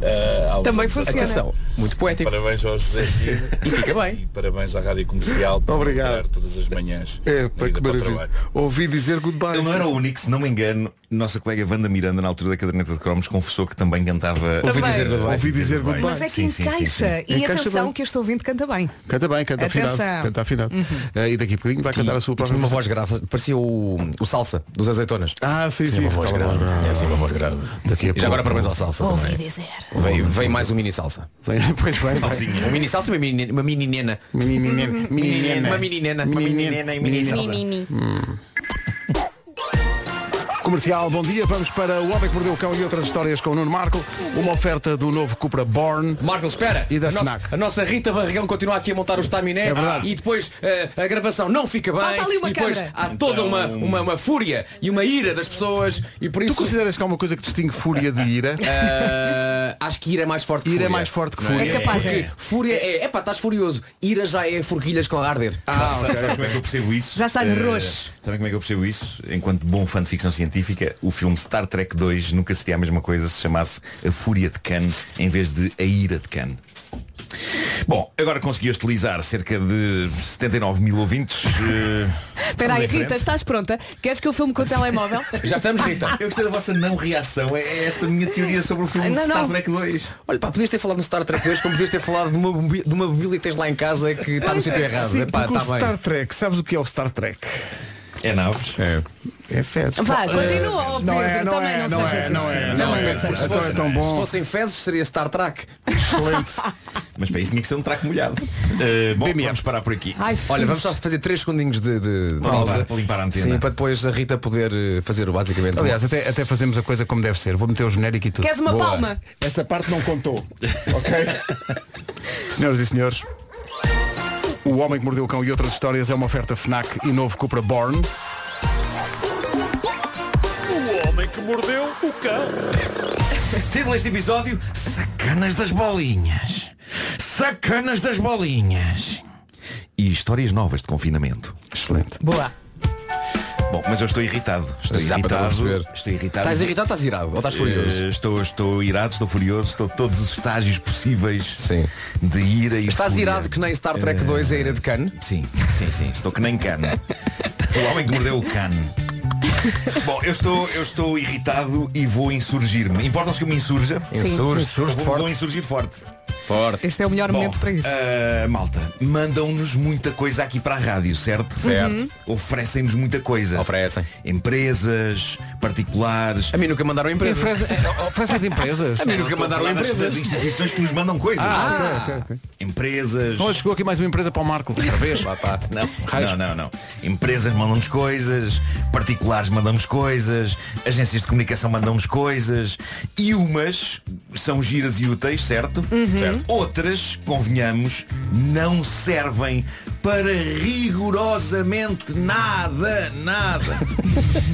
eh, ao Também José funciona. Cid. Atenção, muito poético. Parabéns ao José Cid. E fica bem. E parabéns à Rádio Comercial por Obrigado. entrar todas as manhãs. É, na pá, ida que para o maravilha. trabalho. Ouvi dizer goodbye. Ele não era o único, se não me engano, nossa colega Wanda Miranda, na altura da caderneta de cromos, confessou que também cantava. Ouvi dizer Eh, goodbye. Ouvi dizer goodbye. Mas é que Sim, sim, encaixa. sim, sim. E Encaixa atenção bem. que este ouvinte canta bem. Canta bem, canta afinado. Atenção. Uhum. Canta afinado. Eh, e daqui a pouquinho vai cantar a sua Tinha próxima uma voz grave, parecia o, o salsa dos azeitonas. Ah, sim, sim. Tinha uma voz ficava grave. lá. É assim uma voz grave. Daqui a E já agora pouco. parabéns ao salsa. também. dizer. Vem, vem mais um mini salsa. Vem- Pois vai. vai. Um mini salsa e uma mini, uma mini nena. Meninena. Meninena. Uma mini nena. Meninena e meninena. Comercial, bom dia. Vamos para O Homem que Mordeu o Cão e outras histórias com o Nuno Marco. Uma oferta do novo Cupra Born. Marco, espera. E da a, nossa, FNAC. a nossa Rita Barrigão continua aqui a montar o estaminé É verdade. e depois eh, a gravação não fica bem. Falta ali uma e depois câmara. há toda uma, uma, uma fúria e uma ira das pessoas e por Então- Tu isso consideras que há uma coisa que distingue fúria de ira? eh, acho que ira é mais forte que Ira é fúria. mais forte que É fúria. capaz. Porque fúria é, epá, estás furioso. Ira já é forquilhas com a arder. Ah. Sabe- sabe- Sabes como é que eu percebo isso? Já estás Eh, roxo. Sabem como é que eu percebo isso? Enquanto bom fã de ficção científica, o filme Star Trek 2 nunca seria a mesma coisa se chamasse A Fúria de Khan em vez de A Ira de Khan. Bom, agora conseguiu estilizar cerca de 79 mil ouvintes. eh, Espera vamos aí, em frente. Rita, estás pronta? Queres que eu filme com o telemóvel? Já estamos, Rita. Eu gostei da vossa não reação. É- É esta minha teoria sobre o filme Não, Star não. Trek 2. Olha, pá, podias ter falado no Star Trek 2 como podias ter falado de uma, bobi- de uma bobília que tens lá em casa que está no sítio errado. Sim, Epá, porque está o bem. Star Trek, sabes o que é o Star Trek? É naves. É fezes. Vá, continua, ó Pedro. não é, não também é, não não seja é, assim. não é, Também não não é. sejas. assim. Se Então é fosse- tão bom. Se fossem fezes seria Star Trek. Excelente. Mas para isso tinha que ser um traco molhado. Eh, bom, vamos parar por aqui. Ai, Olha, filhos. vamos só fazer 3 segundinhos de, de Para pausa. limpar- para limpar a antena. Sim, para depois a Rita poder eh, fazer o basicamente. Aliás, até, até fazemos a coisa como deve ser. Vou meter o genérico e tudo. Queres uma Boa. palma? Esta parte não contou. Ok? Senhoras e senhores, O Homem que Mordeu o Cão e outras histórias é uma oferta FNAC e novo Cupra Born. Título deste episódio Sacanas das bolinhas Sacanas das bolinhas E histórias novas de confinamento Excelente. Boa. Bom, mas eu estou irritado Estou Já para irritado perceber. Estou irritado Estás irritado ou estás irado? Ou estás furioso? Eh, estou, estou irado, estou furioso Estou todos os estágios possíveis Sim. De ira e Estás fúria. irado que nem Star Trek 2 é ira de cano? Sim, sim, sim, estou que nem cano. O homem que mordeu o cano. Bom, eu estou, eu estou irritado e vou insurgir-me. Importam-se que eu me insurja? Insurge, surge Vou, vou insurgir forte. Forte. Este é o melhor momento Bom, para isso. ah, malta, mandam-nos muita coisa aqui para a rádio, certo? Certo. Oh. Uhum. Oferecem-nos muita coisa. Oferecem. Empresas, particulares. A mim nunca mandaram empresas. Oferece de empresas. A mim nunca Estou a um- mandaram falar das- empresas. Das instituições que nos mandam coisas. Ah, Empresas. Então Olha, chegou aqui mais uma empresa para o Marco. Outra vez. Lá está. Não, Raios. não, não, não. Empresas mandam-nos coisas, particulares mandam-nos coisas, agências de comunicação mandam-nos coisas e umas são Uhum. giras e úteis, certo? certo? Outras, convenhamos, não servem para rigorosamente nada, nada.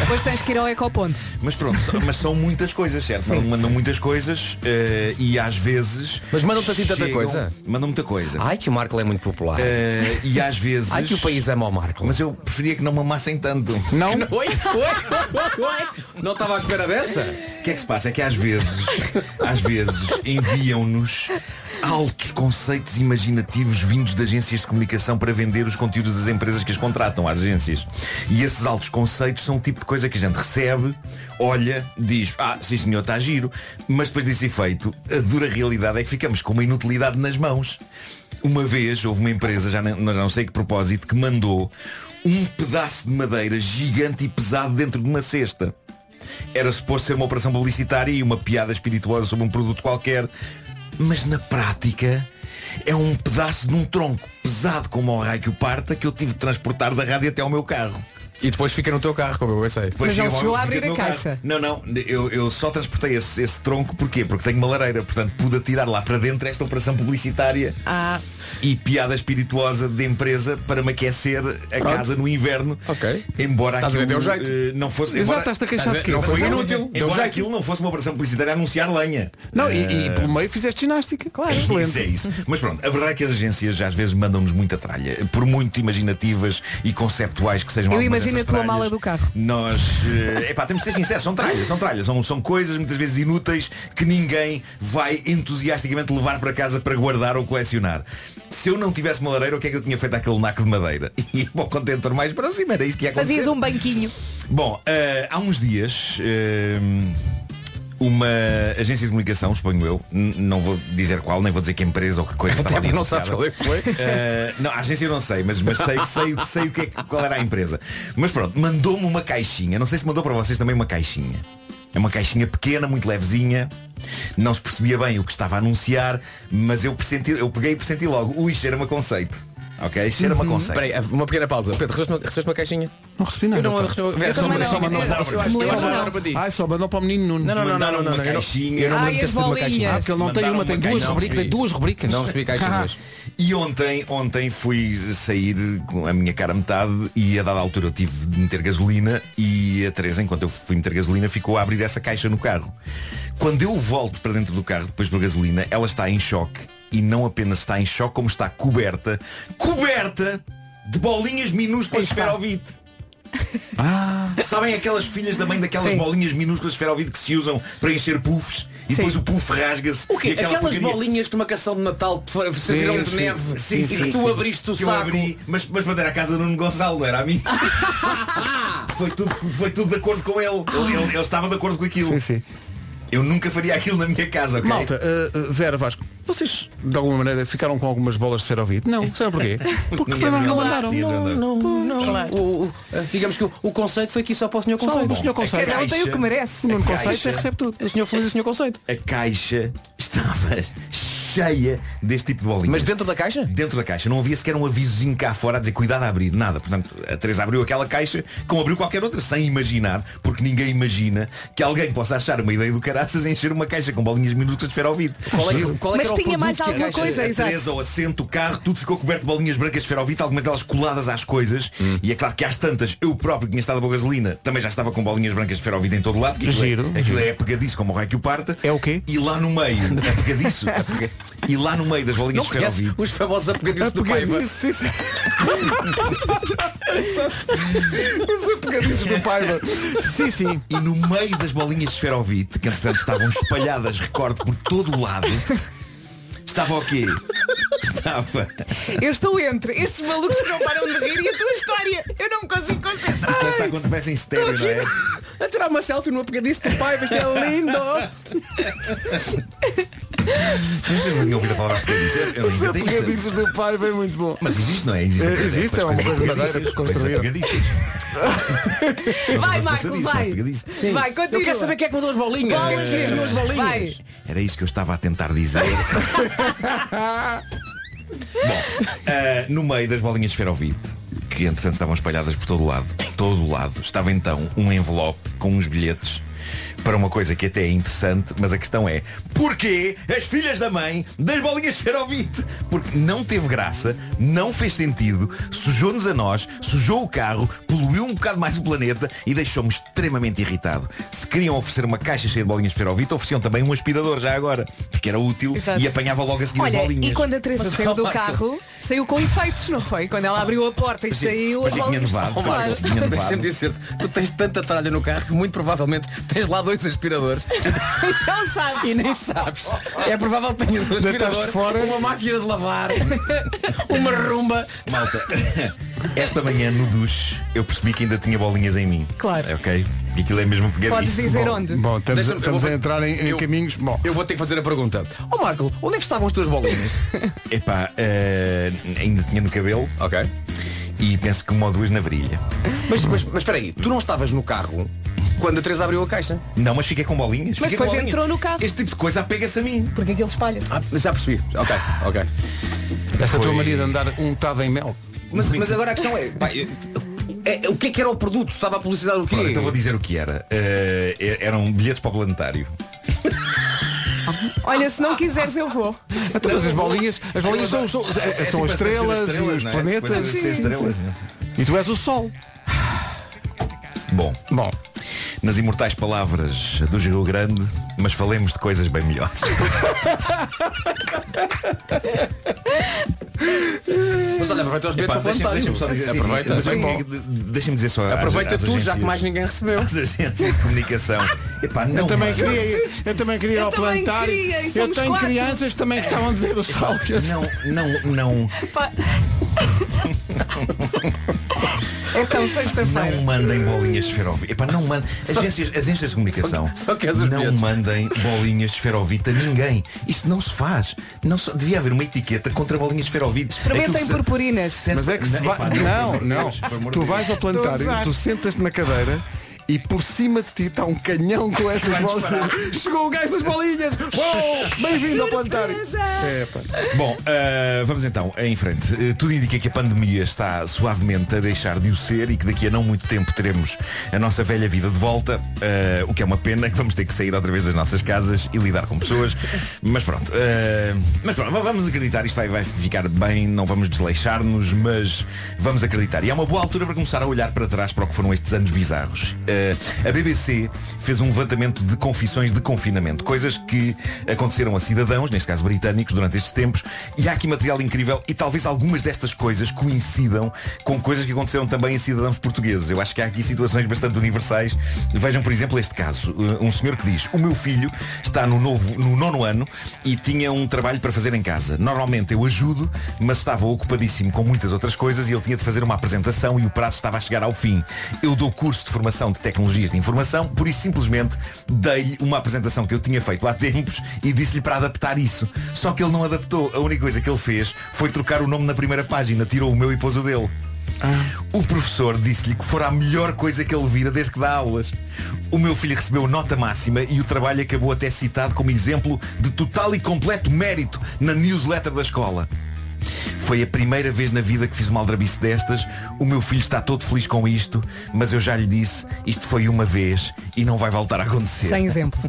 Depois tens que ir ao ecoponto. Mas pronto, só- mas são muitas coisas, certo? Falam- Mandam muitas coisas eh, e às vezes. Mas mandam-te assim tanta chegam- coisa? Mandam muita coisa. Ai que o Marco é muito popular. Eh, e às vezes. Ai que o país ama o Marco. Mas eu preferia que não me amassem tanto. Não? Oi, oi, oi, oi. Não estava à espera dessa? O que é que se passa? É que às vezes, às vezes, enviam-nos altos conceitos imaginativos vindos de agências de comunicação para vender os conteúdos das empresas que as contratam, às agências. E esses altos conceitos são o tipo de coisa que a gente recebe, olha, diz, ah, sim senhor, está giro, mas depois desse efeito, a dura realidade é que ficamos com uma inutilidade nas mãos. Uma vez houve uma empresa, já não, não sei que propósito, que mandou um pedaço de madeira gigante e pesado dentro de uma cesta era suposto ser uma operação publicitária e uma piada espirituosa sobre um produto qualquer, mas na prática é um pedaço de um tronco pesado como o raio que o parta que eu tive de transportar da rádio até ao meu carro. E depois fica no teu carro, como eu pensei. Depois Mas ele chega- chegou a fica abrir no a carro. caixa. Não, não, eu, eu só transportei esse, esse tronco porquê? Porque tenho uma lareira, portanto pude atirar lá para dentro esta operação publicitária Ah, e piada espirituosa de empresa para me aquecer a casa no inverno. Ok. Embora Estás a ver, aquilo deu jeito. eh, não fosse. Exato, embora- estás-te a queixar Estás a- de quê? Então não é foi um Embora- inútil. Deu Embora jeito. Então aquilo não fosse uma operação publicitária a anunciar lenha. Não, e, e pelo meio fizeste ginástica. Claro. Isso é Excelente. isso. Mas pronto, a verdade é que as agências às vezes mandam-nos muita tralha. Por muito imaginativas e conceptuais que sejam Eu algumas imagino dessas a tua tralhas, mala do carro. Nós, eh, epá, temos de ser sinceros, são tralhas, são tralhas. São, são coisas muitas vezes inúteis que ninguém vai entusiasticamente levar para casa para guardar ou colecionar. Se eu não tivesse uma lareira, o que é que eu tinha feito àquele naco de madeira? E para o contentor mais próximo, era isso que ia acontecer. fazias um banquinho. Bom, eh, há uns dias ehm, uma agência de comunicação, suponho eu, n- não vou dizer qual, nem vou dizer que empresa ou que coisa estava Até ali não sabes qual anunciada. é que foi. Eh, não, a agência eu não sei, mas, mas sei, sei, sei o que é, que- qual era a empresa. Mas pronto, mandou-me uma caixinha. Não sei se mandou para vocês também uma caixinha. É uma caixinha pequena, muito levezinha. Não se percebia bem o que estava a anunciar, mas eu, pressenti, eu peguei e pressenti logo. Ui, cheira-me a conceito. Ok? Cheira-me a conceito. Espera aí, eh, uma pequena pausa. Pedro, recebeste uma, recebeste uma caixinha? Não recebi nada. Eu não pá. recebi é uma Eu também não, caixinha. eu- eu acho- Eu eu acho acho que não. era para ti. Ai, só mandou para o menino Nuno. Tipo Não, não, não, não, Mandaram não, não, uma não. Eu não- caixinha. Eu não me Ai, lembro de ter as recebido uma Ah, caixinha. bolinhas. porque ele não tem Mandaram uma, tem uma duas caixinha, rubricas. não Tem duas rubricas. Não recebi caixinha hoje. E ontem, ontem fui sair com a minha cara a metade e a dada altura eu tive de meter gasolina e a Teresa, enquanto eu fui meter gasolina, ficou a abrir essa caixa no carro. Quando eu volto para dentro do carro depois da gasolina, ela está em choque e não apenas está em choque, como está coberta, coberta de bolinhas minúsculas de esferovite. Sabem aquelas filhas da mãe daquelas Sim. bolinhas minúsculas de esferovite que se usam para encher puffs e depois o puff rasga-se O quê? e aquela Aquelas porcaria- bolinhas que numa canção de Natal te fa- serviram de sim, neve sim, e sim, que tu sim. abriste o que eu saco. abri, mas, mas para ter a casa do Nuno Gonçalo, não era a mim. foi, tudo, foi tudo de acordo com ele. Ele, ele- ele estava de acordo com aquilo. Sim, sim. Eu nunca faria aquilo na minha casa, ok? Malta, uh, uh, Vera Vasco, vocês de alguma maneira ficaram com algumas bolas de ferovite? Não, sabe porquê? Porque Ninguém não, viu não é nada. Ah, andaram. Ninguém Não, andou. não, não. O- o- digamos que o, o conceito foi aqui só para o senhor Só conceito. É o senhor a Conceito. Cada um tem o caixa- que merece. O Nuno a Conceito caixa- é que recebe tudo. O senhor feliz e o senhor conceito. A caixa estava cheia deste tipo de bolinhas. Mas dentro da caixa? Dentro da caixa não havia sequer um avisozinho cá fora a dizer cuidado a abrir, nada. Portanto, a Teresa abriu aquela caixa como abriu qualquer outra, sem imaginar, porque ninguém imagina que alguém possa achar uma ideia do caraças encher uma caixa com bolinhas minúsculas de esferovite. Qual é que, qual é Mas que era o tinha produto mais que a alguma caixa- coisa? a exato. Teresa, o assento, o carro, tudo ficou coberto de bolinhas brancas de esferovite, algumas delas coladas às coisas. Hum. E é claro que às tantas, eu próprio que tinha estado a boa gasolina, também já estava com bolinhas brancas de esferovite em todo lado. porque aquilo é- Giro, aquilo é pegadiço, como o raio que o parta. É o quê? E lá no meio, é pegadiço. é pega- e lá no meio das bolinhas Não de conheces esferovite. os famosos apegadiços do Paiva? Apegadiço, sim, sim. Os apegadiços do Paiva. Sim, sim. E no meio das bolinhas de esferovite, que entretanto estavam espalhadas, recordo, por todo o lado, estava o quê? Estava. Eu estou entre estes malucos que não param de rir e a tua história. Eu não me consigo concentrar. Isto lá está quando parece em estéreo, não é? A tirar uma selfie no apegadiço do Paiva, isto é lindo! Vocês não tinham ouvido a palavra pegadiço. Eu- Eu Os inventei isto. apegadiços do Paiva é muito bom. Mas existe, não é? Existe, Eh, existe, é uma umas coisa de madeira pegadiças, que construíram. coisas pegadiças. Vai, Mas Marco, isso, vai. Marco, diz. Vai, continua. Eu quero saber quem é que mandou as bolinhas. Quem é que tirou as bolinhas? Vai. Era isso que eu estava a tentar dizer. Bom, ah, no meio das bolinhas de esferovite, que entretanto estavam espalhadas por todo o lado, todo o lado, estava então um envelope com uns bilhetes para uma coisa que até é interessante, mas a questão é porquê as filhas da mãe das bolinhas de ferovite? Porque não teve graça, não fez sentido, sujou-nos a nós, sujou o carro, poluiu um bocado mais o planeta e deixou-me extremamente irritado. Se queriam oferecer uma caixa cheia de bolinhas de ferovite, ofereciam também um aspirador já agora, porque era útil Exato. e apanhava logo a seguir Olha, as bolinhas. e quando a Teresa Mas, saiu do oh, carro, saiu com efeitos, não foi? Quando ela abriu a porta e saiu. parecia que tinha nevado, Oh, parecia Marco, que tinha nevado. Deixa-me dizer-te, tu tens tanta tralha no carro que muito provavelmente tens lá dois aspiradores Não sabes. e nem sabes. É provável que tenhas um aspirador, uma máquina de lavar, uma rumba. Malta, esta manhã no duche eu percebi que ainda tinha bolinhas em mim. Claro. Ok? E aquilo é mesmo pegadíssimo. bom, Bom, estamos, Deixa-me- eu estamos vou- a entrar em, em eu- caminhos. Bom, Eu vou ter que fazer a pergunta. Ó Marco, onde é que estavam as tuas bolinhas? Epá, eh, ainda tinha no cabelo. Ok. E penso que uma ou duas na virilha. Mas, mas, mas espera aí, tu não estavas no carro quando a Teresa abriu a caixa? Não, mas fiquei com bolinhas. Mas fiquei com depois bolinhas. entrou no carro. Este tipo de coisa apega-se a mim. Porque aquilo espalha. Ah, já percebi. Ok, ok. esta é Foi- tua mania de andar untado em mel. Mas, mas agora a questão é, pá, é- é- o que é que era o produto? Estava a publicidade o quê? Pronto, então vou dizer o que era. Eh, eh, eram bilhetes para o planetário. Olha, se não quiseres eu vou. Então, mas as bolinhas, as bolinhas são, são, são É tipo as as estrelas, as estrelas, os não é? planetas. Depois de ser Sim, estrelas, sim. não é? E tu és o sol. Bom, Bom, nas imortais palavras do Giro Grande, mas falemos de coisas bem melhores. Mas olha, aproveita os bilhetes Epá, para o deixa- planetário. Deixa-me só dizer, sim, sim, Aproveita. mas Bem o que é bom. que- de- deixa-me dizer só às- Aproveita às tu, já agências- que mais ninguém recebeu. às agências de comunicação. Epá, não eu também me- queria, ir- eu também queria ir Eu ao também planetário. queria, e eu somos tenho quatro. crianças que também gostavam de ver o sol. Não, não, não, Pá. Então, sexta-feira. não mandem bolinhas de esferovite. Epá, não mandem. Agências, agências de comunicação. só que as não urgentes. mandem bolinhas de esferovite a ninguém. Isso não se faz. Não se- devia haver uma etiqueta contra bolinhas de esferovite. É Experimentem Aquilo se- purpurinas. serve- Mas é que se Né? Epá, vai. Não, por não. Deus, por amor de Tu Deus. vais ao planetário, Estou a usar. tu sentas-te na cadeira. E por cima de ti está um canhão com essas Vai bolas. Chegou o gajo das bolinhas! Uou! Bem-vindo ao planetário! É, pá. Bom, ah, vamos então em frente. Eh, tudo indica que a pandemia está suavemente a deixar de o ser e que daqui a não muito tempo teremos a nossa velha vida de volta, ah, o que é uma pena que vamos ter que sair outra vez das nossas casas e lidar com pessoas. Mas pronto, ah, mas pronto, va- vamos acreditar, isto vai, vai ficar bem, não vamos desleixar-nos, mas vamos acreditar. E é uma boa altura para começar a olhar para trás para o que foram estes anos bizarros. Ah, a BBC fez um levantamento de confissões de confinamento, coisas que aconteceram a cidadãos, neste caso britânicos, durante estes tempos, e há aqui material incrível e talvez algumas destas coisas coincidam com coisas que aconteceram também a cidadãos portugueses. Eu acho que há aqui situações bastante universais. Vejam, por exemplo, este caso. Uh, Um senhor que diz, o meu filho está no, novo, no nono ano e tinha um trabalho para fazer em casa. Normalmente eu ajudo, mas estava ocupadíssimo com muitas outras coisas e ele tinha de fazer uma apresentação e o prazo estava a chegar ao fim. Eu dou curso de formação de tecnologias de informação, por isso simplesmente dei-lhe uma apresentação que eu tinha feito há tempos e disse-lhe para adaptar isso. Só que ele não adaptou. A única coisa que ele fez foi trocar o nome na primeira página, tirou o meu e pôs o dele. Ah. O professor disse-lhe que fora a melhor coisa que ele vira desde que dá aulas. O meu filho recebeu nota máxima e o trabalho acabou até citado como exemplo de total e completo mérito na newsletter da escola. Foi a primeira vez na vida que fiz uma aldrabice destas. O meu filho está todo feliz com isto, mas eu já lhe disse, isto foi uma vez e não vai voltar a acontecer. é. Sem exemplo.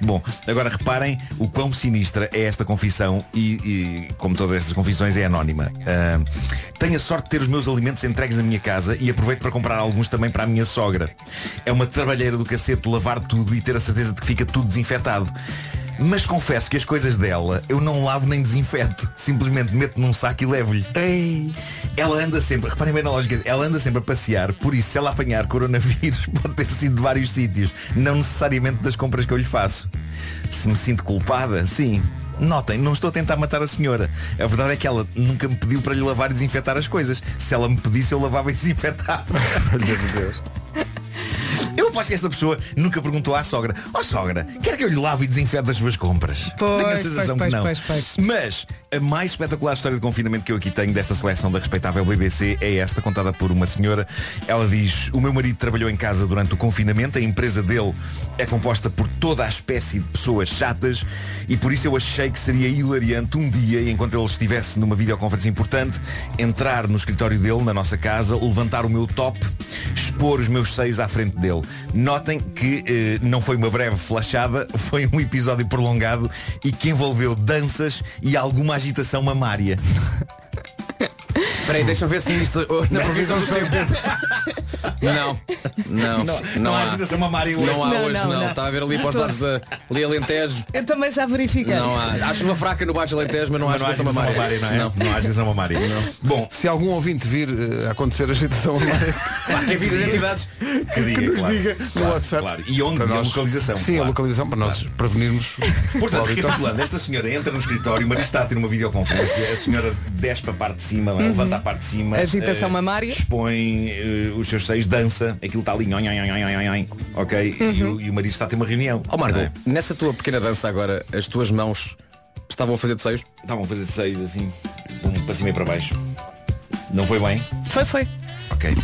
Bom, agora reparem o quão sinistra é esta confissão e, e, como todas estas confissões, é anónima. Ah, tenho a sorte de ter os meus alimentos entregues na minha casa e aproveito para comprar alguns também para a minha sogra. É uma trabalheira do cacete lavar tudo e ter a certeza de que fica tudo desinfetado. Mas confesso que as coisas dela eu não lavo nem desinfeto. Simplesmente meto num saco e levo-lhe. Ela anda sempre, reparem bem na lógica, ela anda sempre a passear, por isso se ela apanhar coronavírus pode ter sido de vários sítios, não necessariamente das compras que eu lhe faço. Se me sinto culpada, sim. Notem, não estou a tentar matar a senhora. A verdade é que ela nunca me pediu para lhe lavar e desinfetar as coisas. Se ela me pedisse, eu lavava e desinfetava. Eu aposto que esta pessoa nunca perguntou à sogra Ó sogra, quer que eu lhe lave e desinfete as suas compras? Pois, tenho a sensação pois, que não pois, pois, pois. Mas a mais espetacular história de confinamento que eu aqui tenho Desta seleção da respeitável BBC É esta, contada por uma senhora Ela diz, o meu marido trabalhou em casa durante o confinamento A empresa dele é composta por toda a espécie de pessoas chatas E por isso eu achei que seria hilariante Um dia, enquanto ele estivesse numa videoconferência importante Entrar no escritório dele, na nossa casa Levantar o meu top Expor os meus seios à frente dele Notem que eh, não foi uma breve flashada, foi um episódio prolongado e que envolveu danças e alguma agitação mamária. Espera aí, deixa-me ver se tem isto oh, na previsão do tempo. Não, não, Não, não, não há agitação mamária hoje. Não há Não, hoje, não, não. não. Está a ver ali para os Não. lados da ali Alentejo. Eu também já verifiquei. Não há. Há chuva fraca no Baixo Alentejo, mas não há É. Mas não há agitação agitação mamária. mamária, não é? Não há agitação mamária. Bom, se algum ouvinte vir eh, a acontecer agitação mamária, Pá, quem diz as entidades? que diga, nos claro. diga no Claro, WhatsApp. claro. E onde? Para E a nós- localização, Sim, a claro. localização para nós prevenirmos. o Portanto, auditório. recapitulando, esta senhora entra no escritório, o marido está a ter uma videoconferência, a senhora desce para a parte de cima, Uhum. levanta a parte de cima, Agitação eh, mamária. expõe eh, os seus seios, dança, aquilo está ali, nhon, nhon, nhon, nhon, nhon, nhon, ok? E, Uhum. o, e o marido está a ter uma reunião. Ó Oh, Marco, não é? nessa tua pequena dança agora, as tuas mãos estavam a fazer de seios? Estavam a fazer de seios assim, um para cima e para baixo. Não foi bem? Foi, foi. Ok.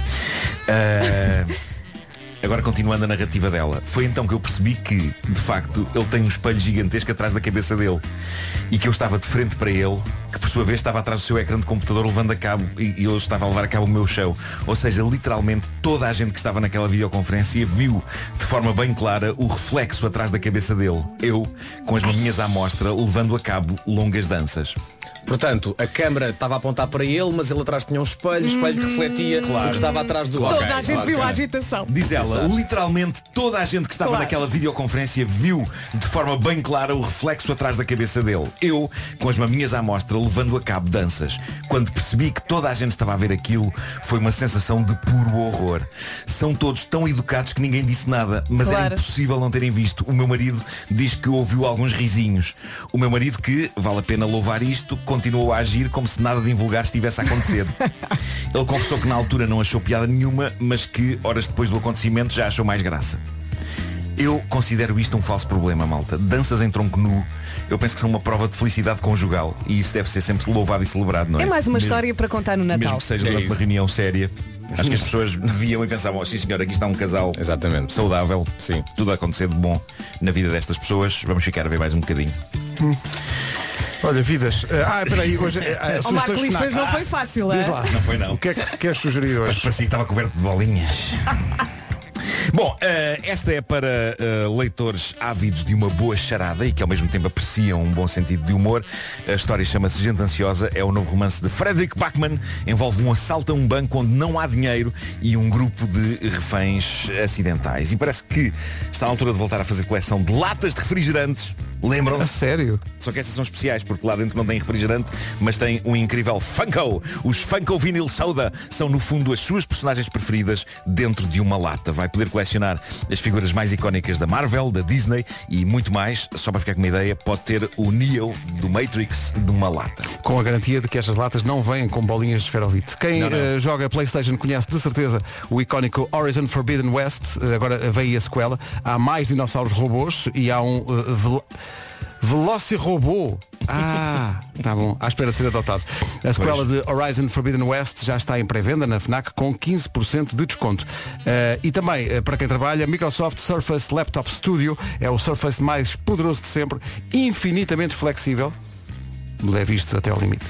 Ah, agora continuando a narrativa dela. Foi então que eu percebi que, de facto, ele tem um espelho gigantesco atrás da cabeça dele. E que eu estava de frente para ele, que por sua vez estava atrás do seu ecrã de computador levando a cabo e e eu estava a levar a cabo o meu show. Ou seja, literalmente toda a gente que estava naquela videoconferência viu de forma bem clara o reflexo atrás da cabeça dele. Eu, com as maminhas à mostra, levando a cabo longas danças. Portanto, a câmara estava a apontar para ele, mas ele atrás tinha um espelho, o espelho que refletia o que estava atrás do Toda Ok, a gente claro, viu a sim. agitação. Diz ela, Exato. literalmente toda a gente que estava Claro. naquela videoconferência viu de forma bem clara o reflexo atrás da cabeça dele. Eu, com as maminhas à mostra, levando a cabo danças. Quando percebi que toda a gente estava a ver aquilo, foi uma sensação de puro horror. São todos tão educados que ninguém disse nada, mas Claro. era impossível não terem visto. O meu marido diz que ouviu alguns risinhos. O meu marido, que, vale a pena louvar isto, continuou a agir como se nada de invulgar estivesse a acontecer. Ele confessou que na altura não achou piada nenhuma, mas que horas depois do acontecimento já achou mais graça. Eu considero isto um falso problema, malta. Danças em tronco nu, eu penso que são uma prova de felicidade conjugal e isso deve ser sempre louvado e celebrado, não é? É mais uma Mesmo- história para contar no Mesmo Natal. que seja É durante isso. uma reunião séria. Acho que as pessoas viam e pensavam, oh, sim senhor, aqui está um casal Exatamente. saudável, sim. tudo a acontecer de bom na vida destas pessoas. Vamos ficar a ver mais um bocadinho. Olha, vidas. eh, Ah, peraí, hoje. eh, ah, Ó Oh, Marco, sugestões isto FNAC. hoje não foi fácil, é? Diz lá. Não foi não. O que é que queres sugerir Mas hoje? parecia que estava coberto de bolinhas. Bom, eh, esta é para eh, leitores ávidos de uma boa charada e que ao mesmo tempo apreciam um bom sentido de humor. A história chama-se Gente Ansiosa, é o novo romance de Frederick Bachman, envolve um assalto a um banco onde não há dinheiro e um grupo de reféns acidentais. E parece que está na altura de voltar a fazer coleção de latas de refrigerantes. A Lembram-se? sério? Só que estas são especiais, porque lá dentro não tem refrigerante, mas tem um incrível Funko. Os Funko Vinyl Soda são, no fundo, as suas personagens preferidas dentro de uma lata. Vai poder colecionar as figuras mais icónicas da Marvel, da Disney e muito mais. Só para ficar com uma ideia, pode ter o Neo do Matrix numa lata. Com a garantia de que estas latas não vêm com bolinhas de esferovite. Quem eh, joga Playstation conhece de certeza o icónico Horizon Forbidden West. Eh, agora vem aí a sequela. Há mais dinossauros robôs e há um eh, velo... Velocirobô. Ah, tá bom. À espera de ser adotado. A sequela de Horizon Forbidden West já está em pré-venda na FNAC com 15% de desconto. Eh, e também, eh, para quem trabalha, Microsoft Surface Laptop Studio é o Surface mais poderoso de sempre, infinitamente flexível leve isto até ao limite.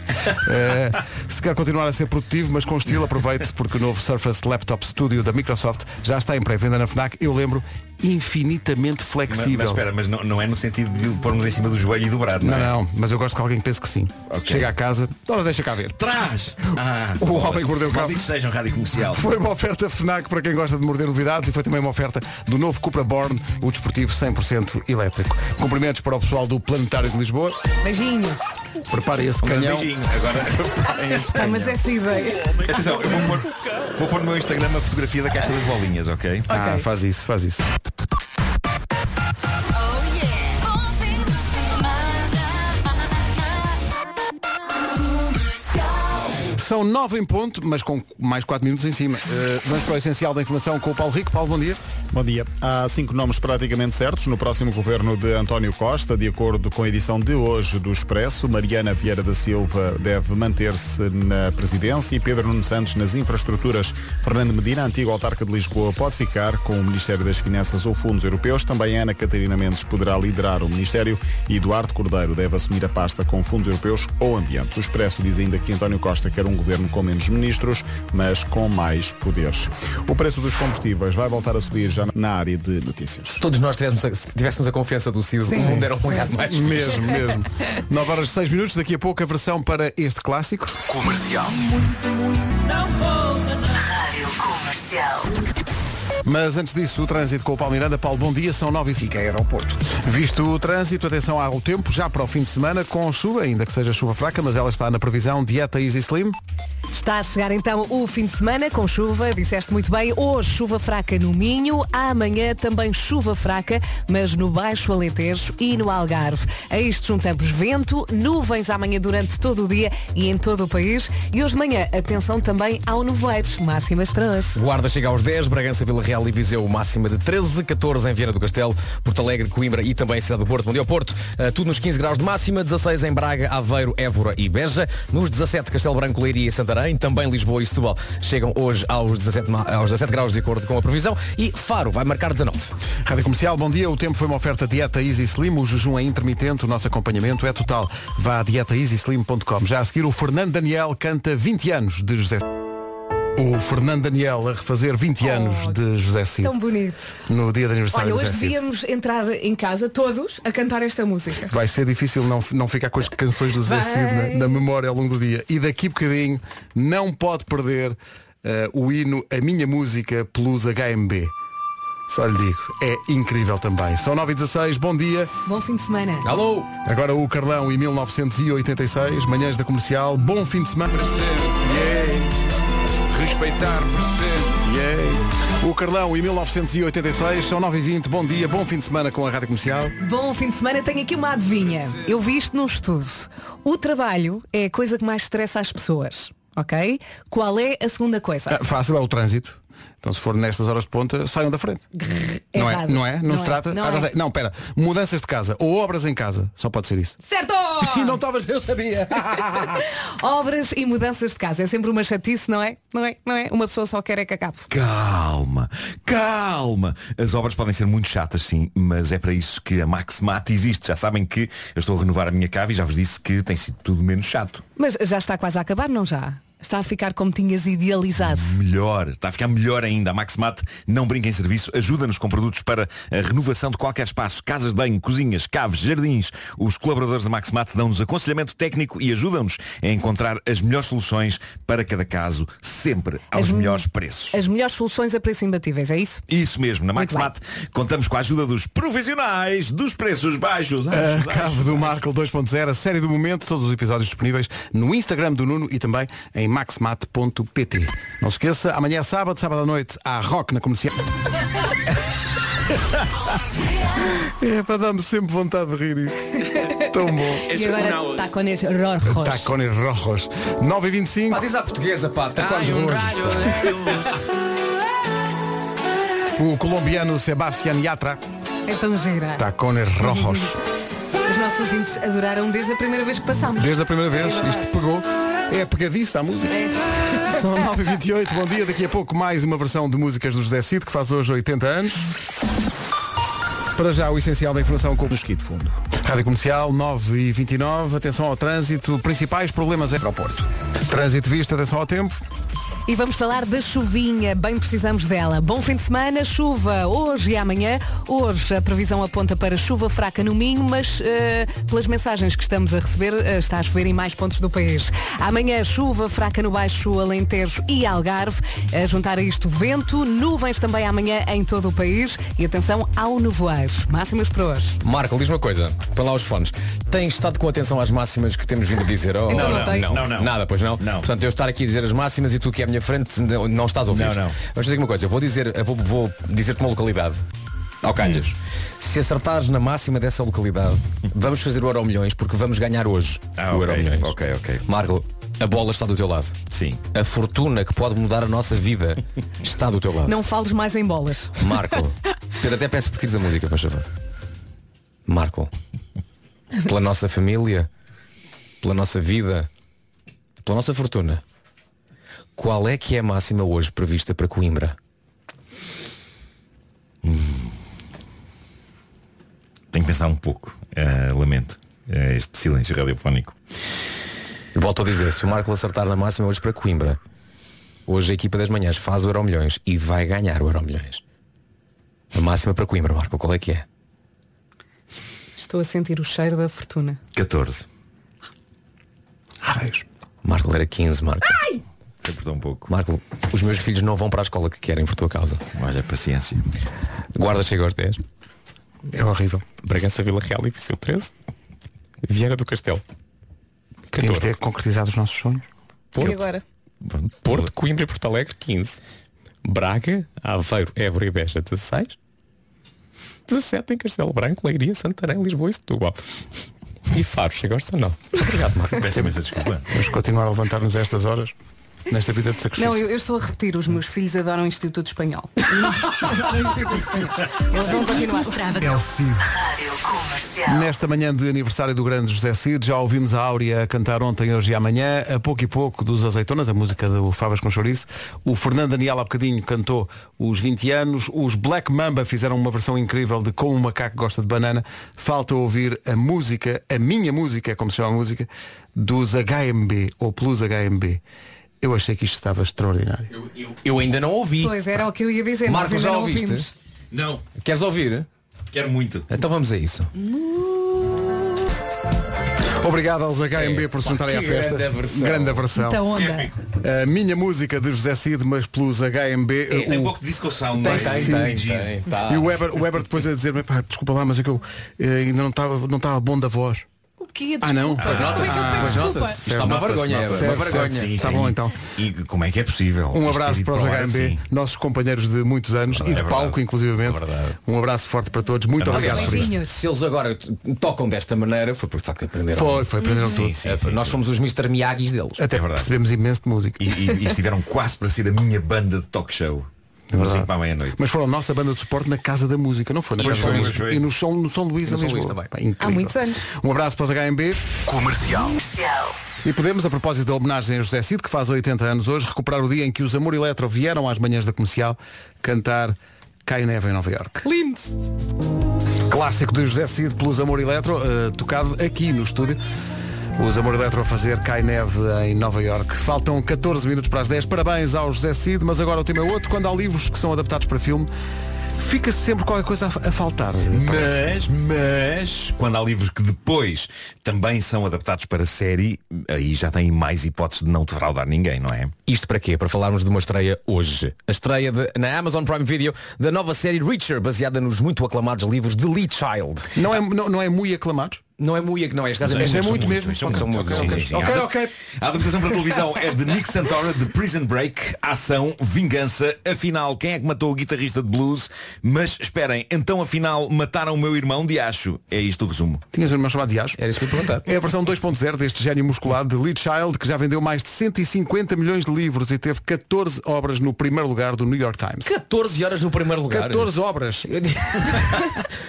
Eh, se quer continuar a ser produtivo, mas com estilo, aproveite porque o novo Surface Laptop Studio da Microsoft já está em pré-venda na FNAC, eu lembro, infinitamente Mas, flexível. mas espera, mas não, não é no sentido de o pormos em cima do joelho e dobrar, não, Não, é? não, mas eu gosto que alguém pense que sim. Ok. Chega a casa, ora deixa cá ver. Traz! Ah, O homem bolas. que mordeu o cão. Malditos sejam um rádio comercial. Foi uma oferta FNAC para quem gosta de morder novidades e foi também uma oferta do novo Cupra Born, o desportivo 100% elétrico. Cumprimentos para o pessoal do Planetário de Lisboa. Beijinho. Preparem esse Um grande canhão. beijinho. Agora Ah, mas essa ideia. Atenção, eu vou pôr, vou pôr no meu Instagram a fotografia da caixa das bolinhas, ok? Ah, faz isso, faz isso. São nove em ponto, mas com mais quatro minutos em cima. Eh, vamos para o essencial da informação com o Paulo Rico. Paulo, bom dia. Bom dia. Há cinco nomes praticamente certos no próximo governo de António Costa. De acordo com a edição de hoje do Expresso, Mariana Vieira da Silva deve manter-se na presidência e Pedro Nuno Santos nas infraestruturas. Fernando Medina, antigo autarca de Lisboa, pode ficar com o Ministério das Finanças ou Fundos Europeus. Também Ana Catarina Mendes poderá liderar o Ministério e Eduardo Cordeiro deve assumir a pasta com Fundos Europeus ou Ambiente. O Expresso diz ainda que António Costa quer um governo governo com menos ministros, mas com mais poderes. O preço dos combustíveis vai voltar a subir já na área de notícias. Se todos nós tivéssemos a, se tivéssemos a confiança do Cid, o mundo era um lugar mais feliz. Mesmo, mesmo. 9 horas e 6 minutos, daqui a pouco a versão para este clássico. Comercial. Não volta Rádio Comercial. Mas antes disso, o trânsito com o Paulo Miranda. Paulo, bom dia, são 9 e 5 aeroporto. Visto o trânsito, atenção ao tempo, já para o fim de semana, com chuva, ainda que seja chuva fraca, mas ela está na previsão. Dieta Easy Slim. Está a chegar então o fim de semana com chuva, disseste muito bem. Hoje chuva fraca no Minho, amanhã também chuva fraca, mas no Baixo Alentejo e no Algarve. A isto juntamos vento, nuvens amanhã durante todo o dia e em todo o país. E hoje de manhã, atenção também ao nevoeiro, máximas para hoje. Guarda chega aos 10, Bragança, Vila Real e Viseu máxima de 13, 14 em Viana do Castelo, Porto Alegre, Coimbra e também Cidade do Porto. Bom dia ao Porto, Eh, tudo nos 15 graus de máxima, 16 em Braga, Aveiro, Évora e Beja, nos 17 Castelo Branco, Leiria e Santarém, também Lisboa e Setúbal chegam hoje aos 17, ma- aos 17 graus de acordo com a previsão e Faro vai marcar 19. Rádio Comercial, bom dia. O tempo foi uma oferta Dieta Easy Slim. O jejum é intermitente, o nosso acompanhamento é total. Vá a dietaeasyslim.com. Já a seguir, o Fernando Daniel canta 20 anos de José o Fernando Daniel a refazer 20 anos de José Cid Oh, Tão bonito. no dia de aniversário de Olha, hoje José Cid. devíamos entrar em casa todos a cantar esta música. Vai ser difícil não, não ficar com as canções do Zé Vai. Cid na, na memória ao longo do dia. E daqui a bocadinho não pode perder eh, o hino A Minha Música pelos HMB. Só lhe digo, é incrível também. São 9 e 16 bom dia. Bom fim de semana. Alô! Agora o Carlão e 1986, manhãs da comercial, bom fim de semana. Respeitar por ser. O Carlão e 1986, são 9 e 20 bom dia, bom fim de semana com a Rádio Comercial. Bom fim de semana, tenho aqui uma adivinha. Eu vi isto num estudo. O trabalho é a coisa que mais estressa as pessoas, ok? Qual é a segunda coisa? Ah, fácil é o trânsito. Então se for nestas horas de ponta, saiam da frente. não é? errado. Não é? Não, Não se é, trata. não Ah, é. já sei. Não, pera. Mudanças de casa ou obras em casa. Só pode ser isso. Certo! e não estavas, eu sabia. Obras e mudanças de casa. É sempre uma chatice, não é? Não é? Não é? Uma pessoa só quer é que acabe. Calma, calma. As obras podem ser muito chatas, sim, mas é para isso que a Maxmat existe. Já sabem que eu estou a renovar a minha cave e já vos disse que tem sido tudo menos chato. Mas já está quase a acabar, não já? Está a ficar como tinhas idealizado. Melhor, está a ficar melhor ainda. A Maxmat não brinca em serviço, ajuda-nos com produtos para a renovação de qualquer espaço, casas de banho, cozinhas, caves, jardins. Os colaboradores da Maxmat dão-nos aconselhamento técnico e ajudam-nos a encontrar as melhores soluções para cada caso, sempre aos As- melhores preços. As melhores soluções a preço imbatíveis, é isso? Isso mesmo, na Maxmat contamos com a ajuda dos profissionais dos preços baixos. Ah, A Cave do Marco 2.0, a série do momento, todos os episódios disponíveis no Instagram do Nuno e também em maxmat.pt. Não se esqueça, amanhã é sábado, sábado à noite, há rock na comercial. É para dar-me sempre vontade de rir isto. Tão bom. E agora tacones rojos. Tacones rojos. 9 e 25 Diz à portuguesa, pá, tacones Ai, um rojos. O colombiano Sebastián Yatra. É tão gira. Tacones rojos. Os nossos ouvintes adoraram desde a primeira vez que passámos. Desde a primeira vez, isto pegou. É pegadiça a música. São 9h28, bom dia. Daqui a pouco mais uma versão de músicas do José Cid, que faz hoje 80 anos. Para já o essencial da informação com o mosquito fundo. Rádio Comercial 9 e 29 atenção ao trânsito, principais problemas é aeroporto. Trânsito visto, atenção ao tempo. E vamos falar da chuvinha, bem precisamos dela. Bom fim de semana, chuva hoje e amanhã. Hoje a previsão aponta para chuva fraca no Minho, mas eh, pelas mensagens que estamos a receber, eh, está a chover em mais pontos do país. Amanhã chuva fraca no Baixo Alentejo e Algarve. A juntar a isto vento, nuvens também amanhã em todo o país. E atenção ao nevoeiro. Máximas para hoje. Marco, diz uma coisa, põe lá os fones. Tem estado com atenção às máximas que temos vindo a dizer? Oh, Então não tem. Não, não. Nada, pois não? Portanto, eu estar aqui a dizer as máximas e tu que é à minha frente não, não estás a ouvir. Não, não. Vamos dizer uma coisa, eu vou dizer, eu vou, vou dizer-te uma localidade. Ao Calhas. Se acertares na máxima dessa localidade, vamos fazer o Euro Milhões porque vamos ganhar hoje o Ah, ok, Euro Milhões. Ok, ok. Marco, a bola está do teu lado. Sim. A fortuna que pode mudar a nossa vida está do teu lado. Não fales mais em bolas. Marco. Pedro, até peço que retires a música, por favor. Marco. Pela nossa família, pela nossa vida, pela nossa fortuna. Qual é que é a máxima hoje prevista para Coimbra? Tenho que pensar um pouco. Ah, lamento ah, este silêncio radiofónico. Volto a dizer, se o Marco acertar na máxima hoje para Coimbra, hoje a equipa das manhãs faz o Euro Milhões e vai ganhar o Euro Milhões. A máxima para Coimbra, Marco, qual é que é? Estou a sentir o cheiro da fortuna. 14. Ah, Marco era 15, Marco. Ai! Foi por tão um pouco. Marco, os meus filhos não vão para a escola que querem por tua causa. Olha, paciência. Guarda chega aos 10. É horrível. Bragança Vila Real e Viseu 13. Vieira do Castelo. Temos de ter concretizado os nossos sonhos. E agora? Porto, Coimbra e Porto Alegre 15. Braga, Aveiro, Évora e Beja 16. 17 em Castelo Branco, Leiria, Santarém, Lisboa e Setúbal. E Faro, chega aos 19. Obrigado, Marco. Peço imensa desculpa. Vamos continuar a levantar-nos a estas horas, nesta vida de sacrifício. Não, eu, eu estou a repetir, os meus filhos adoram o Instituto Espanhol. Eles vão continuar. Nesta manhã de aniversário do grande José Cid, já ouvimos a Áurea cantar ontem, hoje e amanhã, a pouco e pouco dos Azeitonas, a música do Favas com Chouriço. O Fernando Daniel há bocadinho cantou os 20 anos. Os Black Mamba fizeram uma versão incrível de Como um Macaco Gosta de Banana. Falta ouvir a música, a minha música, é como se chama a música, dos HMB, ou pelos HMB. Eu achei que isto estava extraordinário. Eu ainda não ouvi. Pois era o que eu ia dizer. nós Marco, ainda já não ouviste? ouvimos. Não. Queres ouvir? Quero muito. Então vamos a isso. Obrigado aos HMB por se juntarem à É, que festa. grande versão. Grande versão. Muita onda. A minha música de José Cid, mas pelos HMB. É, tem o- um pouco de disco sound, Tem, mas tem, sim, tem, diz. tem, tá. E o Weber, o Weber depois a dizer-me, "Pá, desculpa lá, mas é que eu eh, ainda não estava não estava bom da voz. O quê? Ah, não? Pois Desculpa. Como é que eu peço pois desculpa? nota-se. Isto é uma Nota-se, vergonha, nota-se. é uma Certo, vergonha. certo, sim, Está sim. bom, então. E como é que é possível? Um Isto abraço tem para os lá, HMB, sim. É nossos companheiros de muitos anos e de verdade. palco, inclusivamente. É verdade. Um abraço forte para todos. Muito Abraço. obrigado por isto. Se eles agora t- tocam desta maneira, foi porque de facto aprenderam. Foi, foi, aprenderam Sim, tudo. É, sim, sim, Nós somos os Mr. Miyagis deles. Até É verdade. percebemos imenso de música. E, e- e estiveram quase para ser a minha banda de talk show. É No 5 para a meia-noite. Mas foram a nossa banda de suporte na Casa da Música, não foi? Na Pois Casa da foi, Música. pois foi. E no São, no São Luís, E no em São Lisboa. Luís também. Pá, incrível. Há muitos anos. Um abraço para os HMB. Comercial. E podemos, a propósito da homenagem a José Cid, que faz 80 anos hoje, recuperar o dia em que os Amor Eletro vieram às manhãs da comercial cantar Cai Neve em Nova Iorque. Lindo. Clássico de José Cid pelos Amor Eletro, eh, tocado aqui no estúdio. Os Amor Eletro a fazer Cai Neve em Nova Iorque. Faltam 14 minutos para as 10. Parabéns ao José Cid, mas agora o tema é outro. Quando há livros que são adaptados para filme, fica sempre qualquer coisa a, a faltar. Mas, mas, quando há livros que depois também são adaptados para série, aí já têm mais hipótese de não defraudar ninguém, não é? Isto para quê? Para falarmos de uma estreia hoje. A estreia de- na Amazon Prime Video da nova série Reacher, baseada nos muito aclamados livros de Lee Child. Não é, não, não é muito aclamado? Não é muia que não é, este caso Mas Este é são muito mesmo. são Ok, muito, ok, sim, ok. sim, sim. Ok, A- ok. A adaptação para televisão é de Nick Santora, de Prison Break, ação, vingança, afinal, quem é que matou o guitarrista de blues? Mas esperem, então afinal mataram o meu irmão de acho. É isto o resumo. Tinhas um irmão chamado Dias? Era isso que eu ia perguntar. É a versão 2.0 deste gênio musculado de Lee Child, que já vendeu mais de 150 milhões de livros e teve 14 obras no primeiro lugar do New York Times. 14 horas no primeiro lugar. 14 obras. Eu di-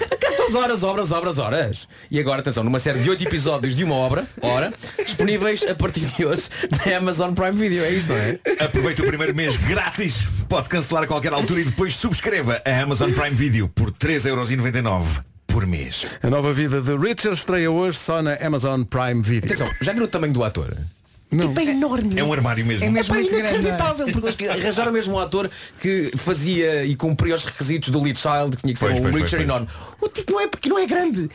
14 horas, obras, obras, horas. E agora, atenção, numa série de 8 episódios de uma obra, hora, disponíveis a partir de hoje na Amazon Prime Video. É isto, não é? Aproveite o primeiro mês grátis. Pode cancelar a qualquer altura e depois subscreva a Amazon Prime Video por 3,99€ por mês. A nova vida de Richard estreia hoje só na Amazon Prime Video. Atenção, já viram o tamanho do ator? Não. É enorme. É um armário mesmo. É mesmo Pá, muito grande. inacreditável, porque eles que arranjaram mesmo um ator que fazia e cumpria os requisitos do Lee Child, que tinha que ser Pois, um pois, pois, Richard pois. enorme. O tipo não é porque não é grande.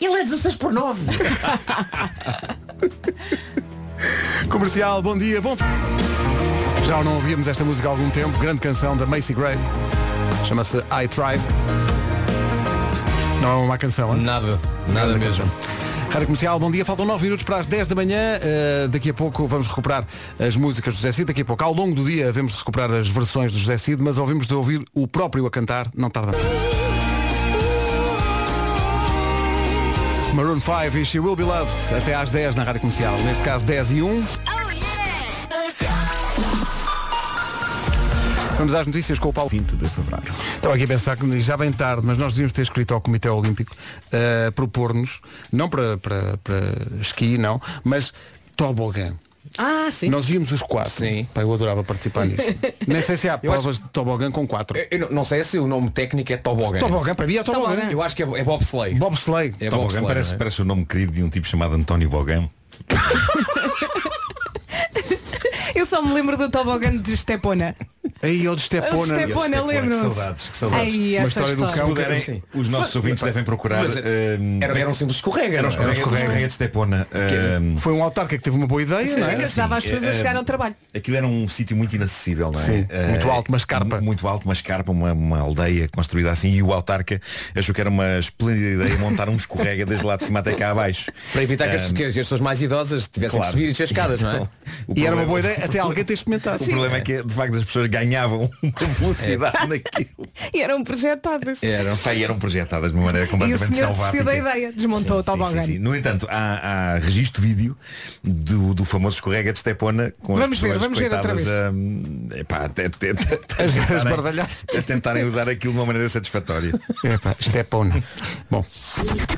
Ele é 16 por 9. Comercial, bom dia, bom. Já não ouvíamos esta música há algum tempo, grande canção da Macy Gray. Chama-se I Tried. Não é uma má canção, hein? Nada, nada é mesmo. Rádio Comercial, bom dia. Faltam 9 minutos para as 10 da manhã. Uh, daqui a pouco vamos recuperar as músicas do José Cid. Daqui a pouco, ao longo do dia, vamos recuperar as versões do José Cid, mas ouvimos de ouvir o próprio a cantar. Não tarda. Maroon 5 e She Will Be Loved. Até às 10 na Rádio Comercial. Neste caso, 10 e 1. Oh, Vamos às notícias com o Paulo. 20 de fevereiro. Estava aqui a pensar que já bem tarde, mas nós devíamos ter escrito ao Comitê Olímpico a propor-nos, não para, para, para esqui, não, mas tobogã. Ah, sim. Nós íamos os quatro. Sim. Pá, eu adorava participar nisso. Nem sei se há provas de tobogã com quatro. Eu- Eu não- não sei se o nome técnico é Tobogã. Tobogã, para mim é tobogã. Eu acho que é, é bobsleigh. Bobsleigh. É Tobogã bobsleigh, parece, não é? parece o nome querido de um tipo chamado António Bogão. só me lembro do tobogã de Estepona. Aí o de É O de Estepona. Estepona, lembram-se. Que saudades, que saudades. Ai, essa É um Se puderem, os nossos ouvintes devem procurar. assim. Mas era- ehm, era- era um simples escorrega, é? Era um não era? escorrega, um escorrega de Estepona. ehm, Foi um autarca que teve uma boa ideia, Sim, não que é? ajudava as pessoas a Sim, chegar eh, ao trabalho. Aquilo era um sítio muito inacessível, não é? Sim, Eh, muito alto, uma escarpa. Muito alto, uma escarpa, uma, uma aldeia construída assim e o autarca achou que era uma esplêndida ideia montar um escorrega desde lá de cima até cá abaixo. Eh, Para evitar que as, Ahm, que as pessoas mais idosas tivessem claro. que subir e descer escadas, não é? Então, o e problema- era uma boa ideia até alguém ter experimentado. O Sim. problema é que de facto as pessoas ganhavam uma velocidade É. naquilo. E eram projetadas. Eram, pá, e eram projetadas de uma maneira E o completamente senhor desistiu selvática. da ideia, desmontou o Sim, tobogã. sim. No entanto, há, há registro vídeo do, do famoso escorrega de Stepona com Vamos as ver, pessoas vamos ver outra coitadas a, hum, epá, até- até- até- até tentarem- a tentarem usar aquilo de uma maneira satisfatória. Epá, Estepona. Bom,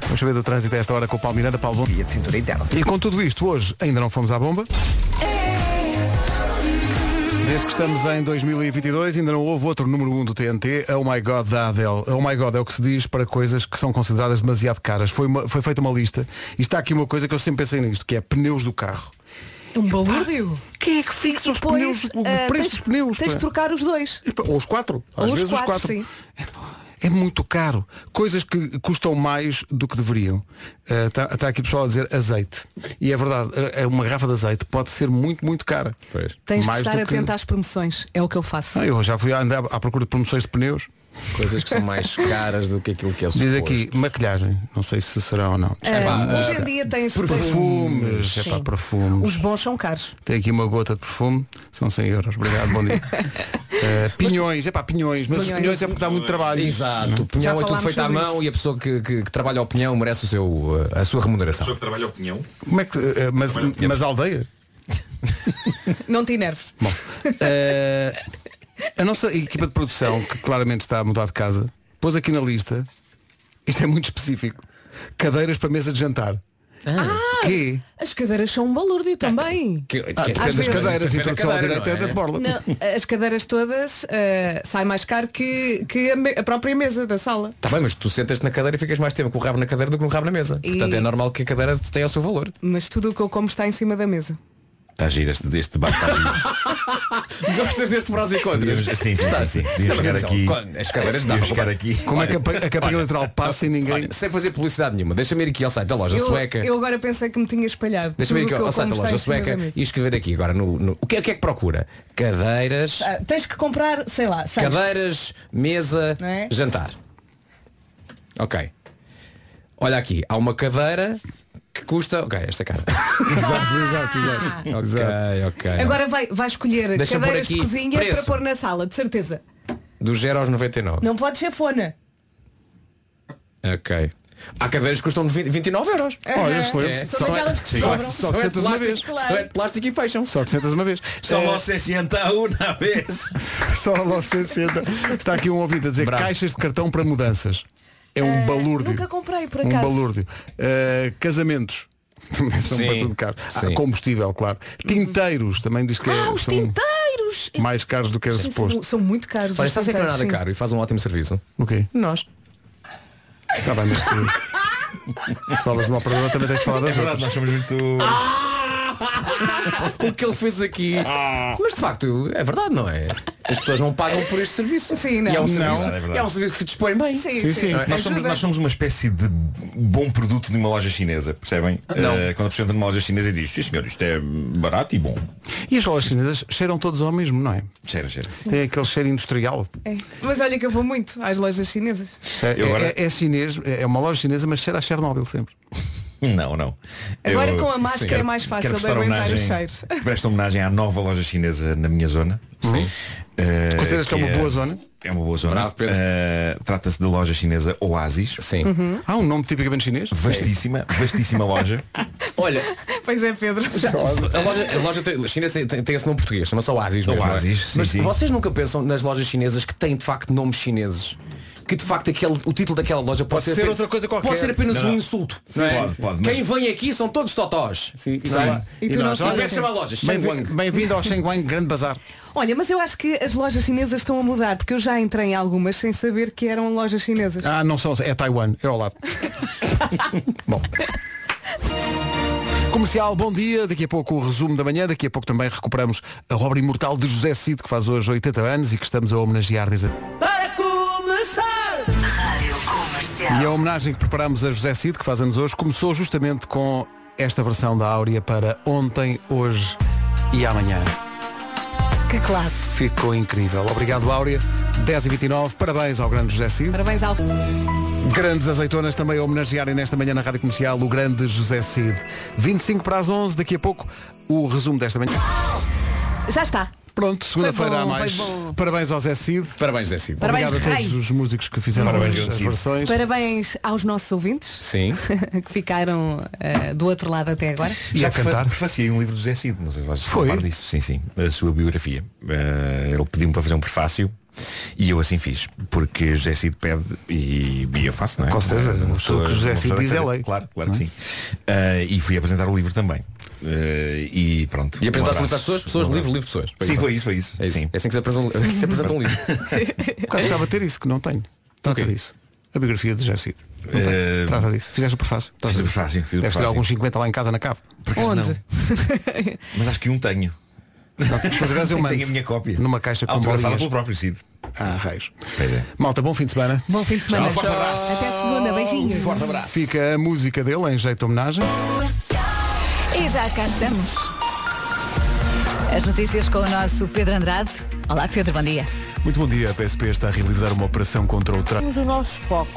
vamos saber do trânsito a esta hora com o Paulo Miranda, Paulo Bom. Via de cintura interna. E com tudo isto, hoje ainda não fomos à bomba. Desde que estamos em 2022, ainda não houve outro número 1 um do TNT, Oh My God da Adele. Oh My God é o que se diz para coisas que são consideradas demasiado caras. Foi, uma- foi feita uma lista e está aqui uma coisa que eu sempre pensei nisto, que é pneus do carro. Um balúrdio. Quem é que fixa os pneus, o preço dos pneus? Tens de pá? trocar os dois. Ou os quatro. Às Ou os vezes quatro, os quatro. sim. É muito caro. Coisas que custam mais do que deveriam. Está aqui pessoal a dizer azeite. E é verdade, eh, uma garrafa de azeite pode ser muito, muito cara. Tens Mais de estar do que- atento às promoções. É o que eu faço. Ah, eu já fui a andar à procura de promoções de pneus. Coisas que são mais caras do que aquilo que é Diz aqui, maquilhagem. Não sei se será ou não. Ah, hoje em dia tens Perfumes. É Sim. para perfumes. Os bons são caros. Tem aqui uma gota de perfume, são 100 euros. Obrigado, bom dia. Eh, pinhões, é pá, pinhões, mas os Pinhões. pinhões é porque dá muito trabalho. Exato, o Já pinhão é tudo falámos feito à sobre mão isso. e a pessoa que, que- que trabalha o pinhão merece o seu, uh, a sua remuneração. que trabalha opinião. Como é que. eh, mas, mas aldeia? Não te enerves. Bom. eh, a nossa equipa de produção, que claramente está a mudar de casa, pôs aqui na lista, isto é muito específico, cadeiras para mesa de jantar. Ah, Quê? as cadeiras são um balúrdio também. Que- que- Às depende das vezes. cadeiras, e tu só a direita é da borla. Não, as cadeiras todas ah, sai mais caro que, que a, me- a própria mesa da sala. Está Tá bem, mas tu sentas-te na cadeira e ficas mais tempo com o rabo na cadeira do que no rabo na mesa. E- Portanto, é normal que a cadeira tenha o seu valor. Mas tudo o que eu como está em cima da mesa. Está a Tá giro este, este debate. Está giro. Gostas deste prós e contras? Podíamos- Sim, sim, sim, sim. Devíamos chegar Atenção, aqui. com- As cadeiras dá. Devíamos chegar aqui. Como é que a, pa- a capinha lateral passa e ninguém. sem fazer publicidade nenhuma. Deixa-me ir aqui ao site da loja eu, sueca. eu agora pensei que me tinha espalhado. Deixa-me ir Tudo aqui o que ao eu site da como loja está em cima sueca da mesa. e escrever aqui agora no. no- o, que é, o que é que procura? Cadeiras. Ah, tens que comprar, sei lá, seis. Cadeiras, mesa, Não é? jantar. Ok. Olha aqui, há uma cadeira que custa. Ok, esta é cara. exato, exato, exato. Ok, ok. Agora vai, vai escolher Deixa-me pôr cadeiras de aqui cozinha preço. para pôr na sala, de certeza. Do 0 aos 99. Não pode ser fona. Ok. Há cadeiras que custam 20 29 euros. Olha, excelente. É, São só- aquelas que só- sobram. Só Só que é sentas uma plástico, vez. claro. Só é de plástico e fecham. É. Só que sentas uma vez. Só Eh, você senta uma vez. Só a você senta. Está aqui um ouvido a dizer caixas de cartão para mudanças. É um Ah, balúrdio. nunca comprei, por Um acaso. balúrdio. Ah, casamentos. Também são Sim, para tudo caro. Ah, sim. combustível, claro. Tinteiros também diz que é- Ah, os são tinteiros! mais caros do que era Sim, São, suposto. são muito caros. Olha, os está a ser que não é tinteiros, nada sim. caro e faz um ótimo serviço. Ok. Nós. Está Tá bem, mas eh, se, se falas de uma operadora também tens de falar É das outras. verdade, nós somos muito. Ah, o que ele fez aqui. Ah. Mas de facto, é verdade, não é? As pessoas não pagam por este serviço. Sim, não. E é um, Não. serviço, É verdade. e é um serviço que dispõe bem. Sim, sim. sim. Nós somos, nós somos uma espécie de bom produto de uma loja chinesa, percebem? Eh, quando a pessoa entra numa loja chinesa e diz, sim senhor, isto é barato e bom. E as lojas chinesas cheiram todos ao mesmo, não é? Cheira, cheira. Tem aquele cheiro industrial. É. Mas olha que eu vou muito às lojas chinesas. É, Eu agora- é- é chinês, é uma loja chinesa, mas cheira a Chernobyl sempre. Não, não. Agora com a sim, máscara quero- é mais fácil quero de prestar aguentar os homenagem- cheiros. Presto homenagem à nova loja chinesa na minha zona. Sim. Eh, Consideras que é uma boa zona? É uma boa zona. Bravo, Pedro. Eh, Trata-se da loja chinesa Oasis. Sim. Uhum. Há um nome tipicamente chinês? Vastíssima, vastíssima loja. Olha, Pois é, Pedro. a loja, a loja tem, a chinesa tem, tem, tem esse nome português, chama-se Oasis. mesmo, Oasis, não é? sim, Mas sim. vocês nunca pensam nas lojas chinesas que têm de facto nomes chineses? Que de facto aquele, o título daquela loja pode, ser apenas- outra coisa qualquer. Pode ser apenas Não, não. um insulto. Pode, pode. mas- Quem vem aqui são todos totós. Sim, e, E tu não nós, sabes olha, quem é que chama a loja, bem- Shangwang. Bem-vindo ao Shangwang Grande Bazar. Olha, mas eu acho que as lojas chinesas estão a mudar, porque eu já entrei em algumas sem saber que eram lojas chinesas. Ah, não são, é Taiwan, é ao lado. Bom. Comercial, bom dia. Daqui a pouco o resumo da manhã. Daqui a pouco também recuperamos a obra imortal de José Cid, que faz hoje 80 anos e que estamos a homenagear desde... Para começar! Rádio Comercial. E a homenagem que preparamos a José Cid, que faz anos hoje, começou justamente com esta versão da Áurea para ontem, hoje e amanhã. Que classe. Ficou incrível. Obrigado, Áurea. 10h29, parabéns ao grande José Cid. Parabéns ao... Grandes azeitonas também a homenagearem nesta manhã na Rádio Comercial o grande José Cid. 25 para as 11, daqui a pouco o resumo desta manhã. Já está. Pronto, segunda-feira Foi há bom, mais. foi bom. Parabéns ao Zé Cid. Parabéns, Zé Cid. Parabéns, Obrigado a todos Rei. os músicos que fizeram Parabéns, as, Zé as Cid. versões. Parabéns aos nossos ouvintes. Sim. que ficaram eh, do outro lado até agora. Já é que fa- prefaciei um livro do Zé Cid, não sei se vocês estão a par disso. Sim, sim. A sua biografia. Eh, ele pediu-me para fazer um prefácio e eu assim fiz. Porque José Cid pede e, e eu faço, não é? Com certeza. Uma O que o José uma Cid pessoa diz deve é fazer. lei. Claro, claro que sim. Eh, e fui apresentar o livro também. Eh, e pronto. E apresentaste abraço, muitas pessoas, pessoas, um abraço. livro, livro, pessoas. Sim, foi isso, foi isso. É, isso. Sim. é assim que se apresenta, que se apresenta um livro. Por acaso gostava de ter isso, que não tenho. Trata disso. A biografia de José Cid. Não tenho. Eh, Trata disso. Fizeste o prefácio? Fiz o prefácio, fiz o Deves ter prefácio. alguns 50 lá em casa na cave. Onde? Mas acho que um tenho. Por acaso eu mando. Tenho a minha cópia. Numa caixa com Autografada bolinhas. pelo próprio Cid. Ah, raios. Pois é. Malta, bom fim de semana. Bom fim de semana. Tchau, forte abraço. Até segunda, beijinhos. Fica a música dele em jeito de homenagem. E já cá estamos. As notícias com o nosso Pedro Andrade. Olá Pedro, bom dia. Muito bom dia. A PSP está a realizar uma operação contra o tráfico. Temos o nosso foco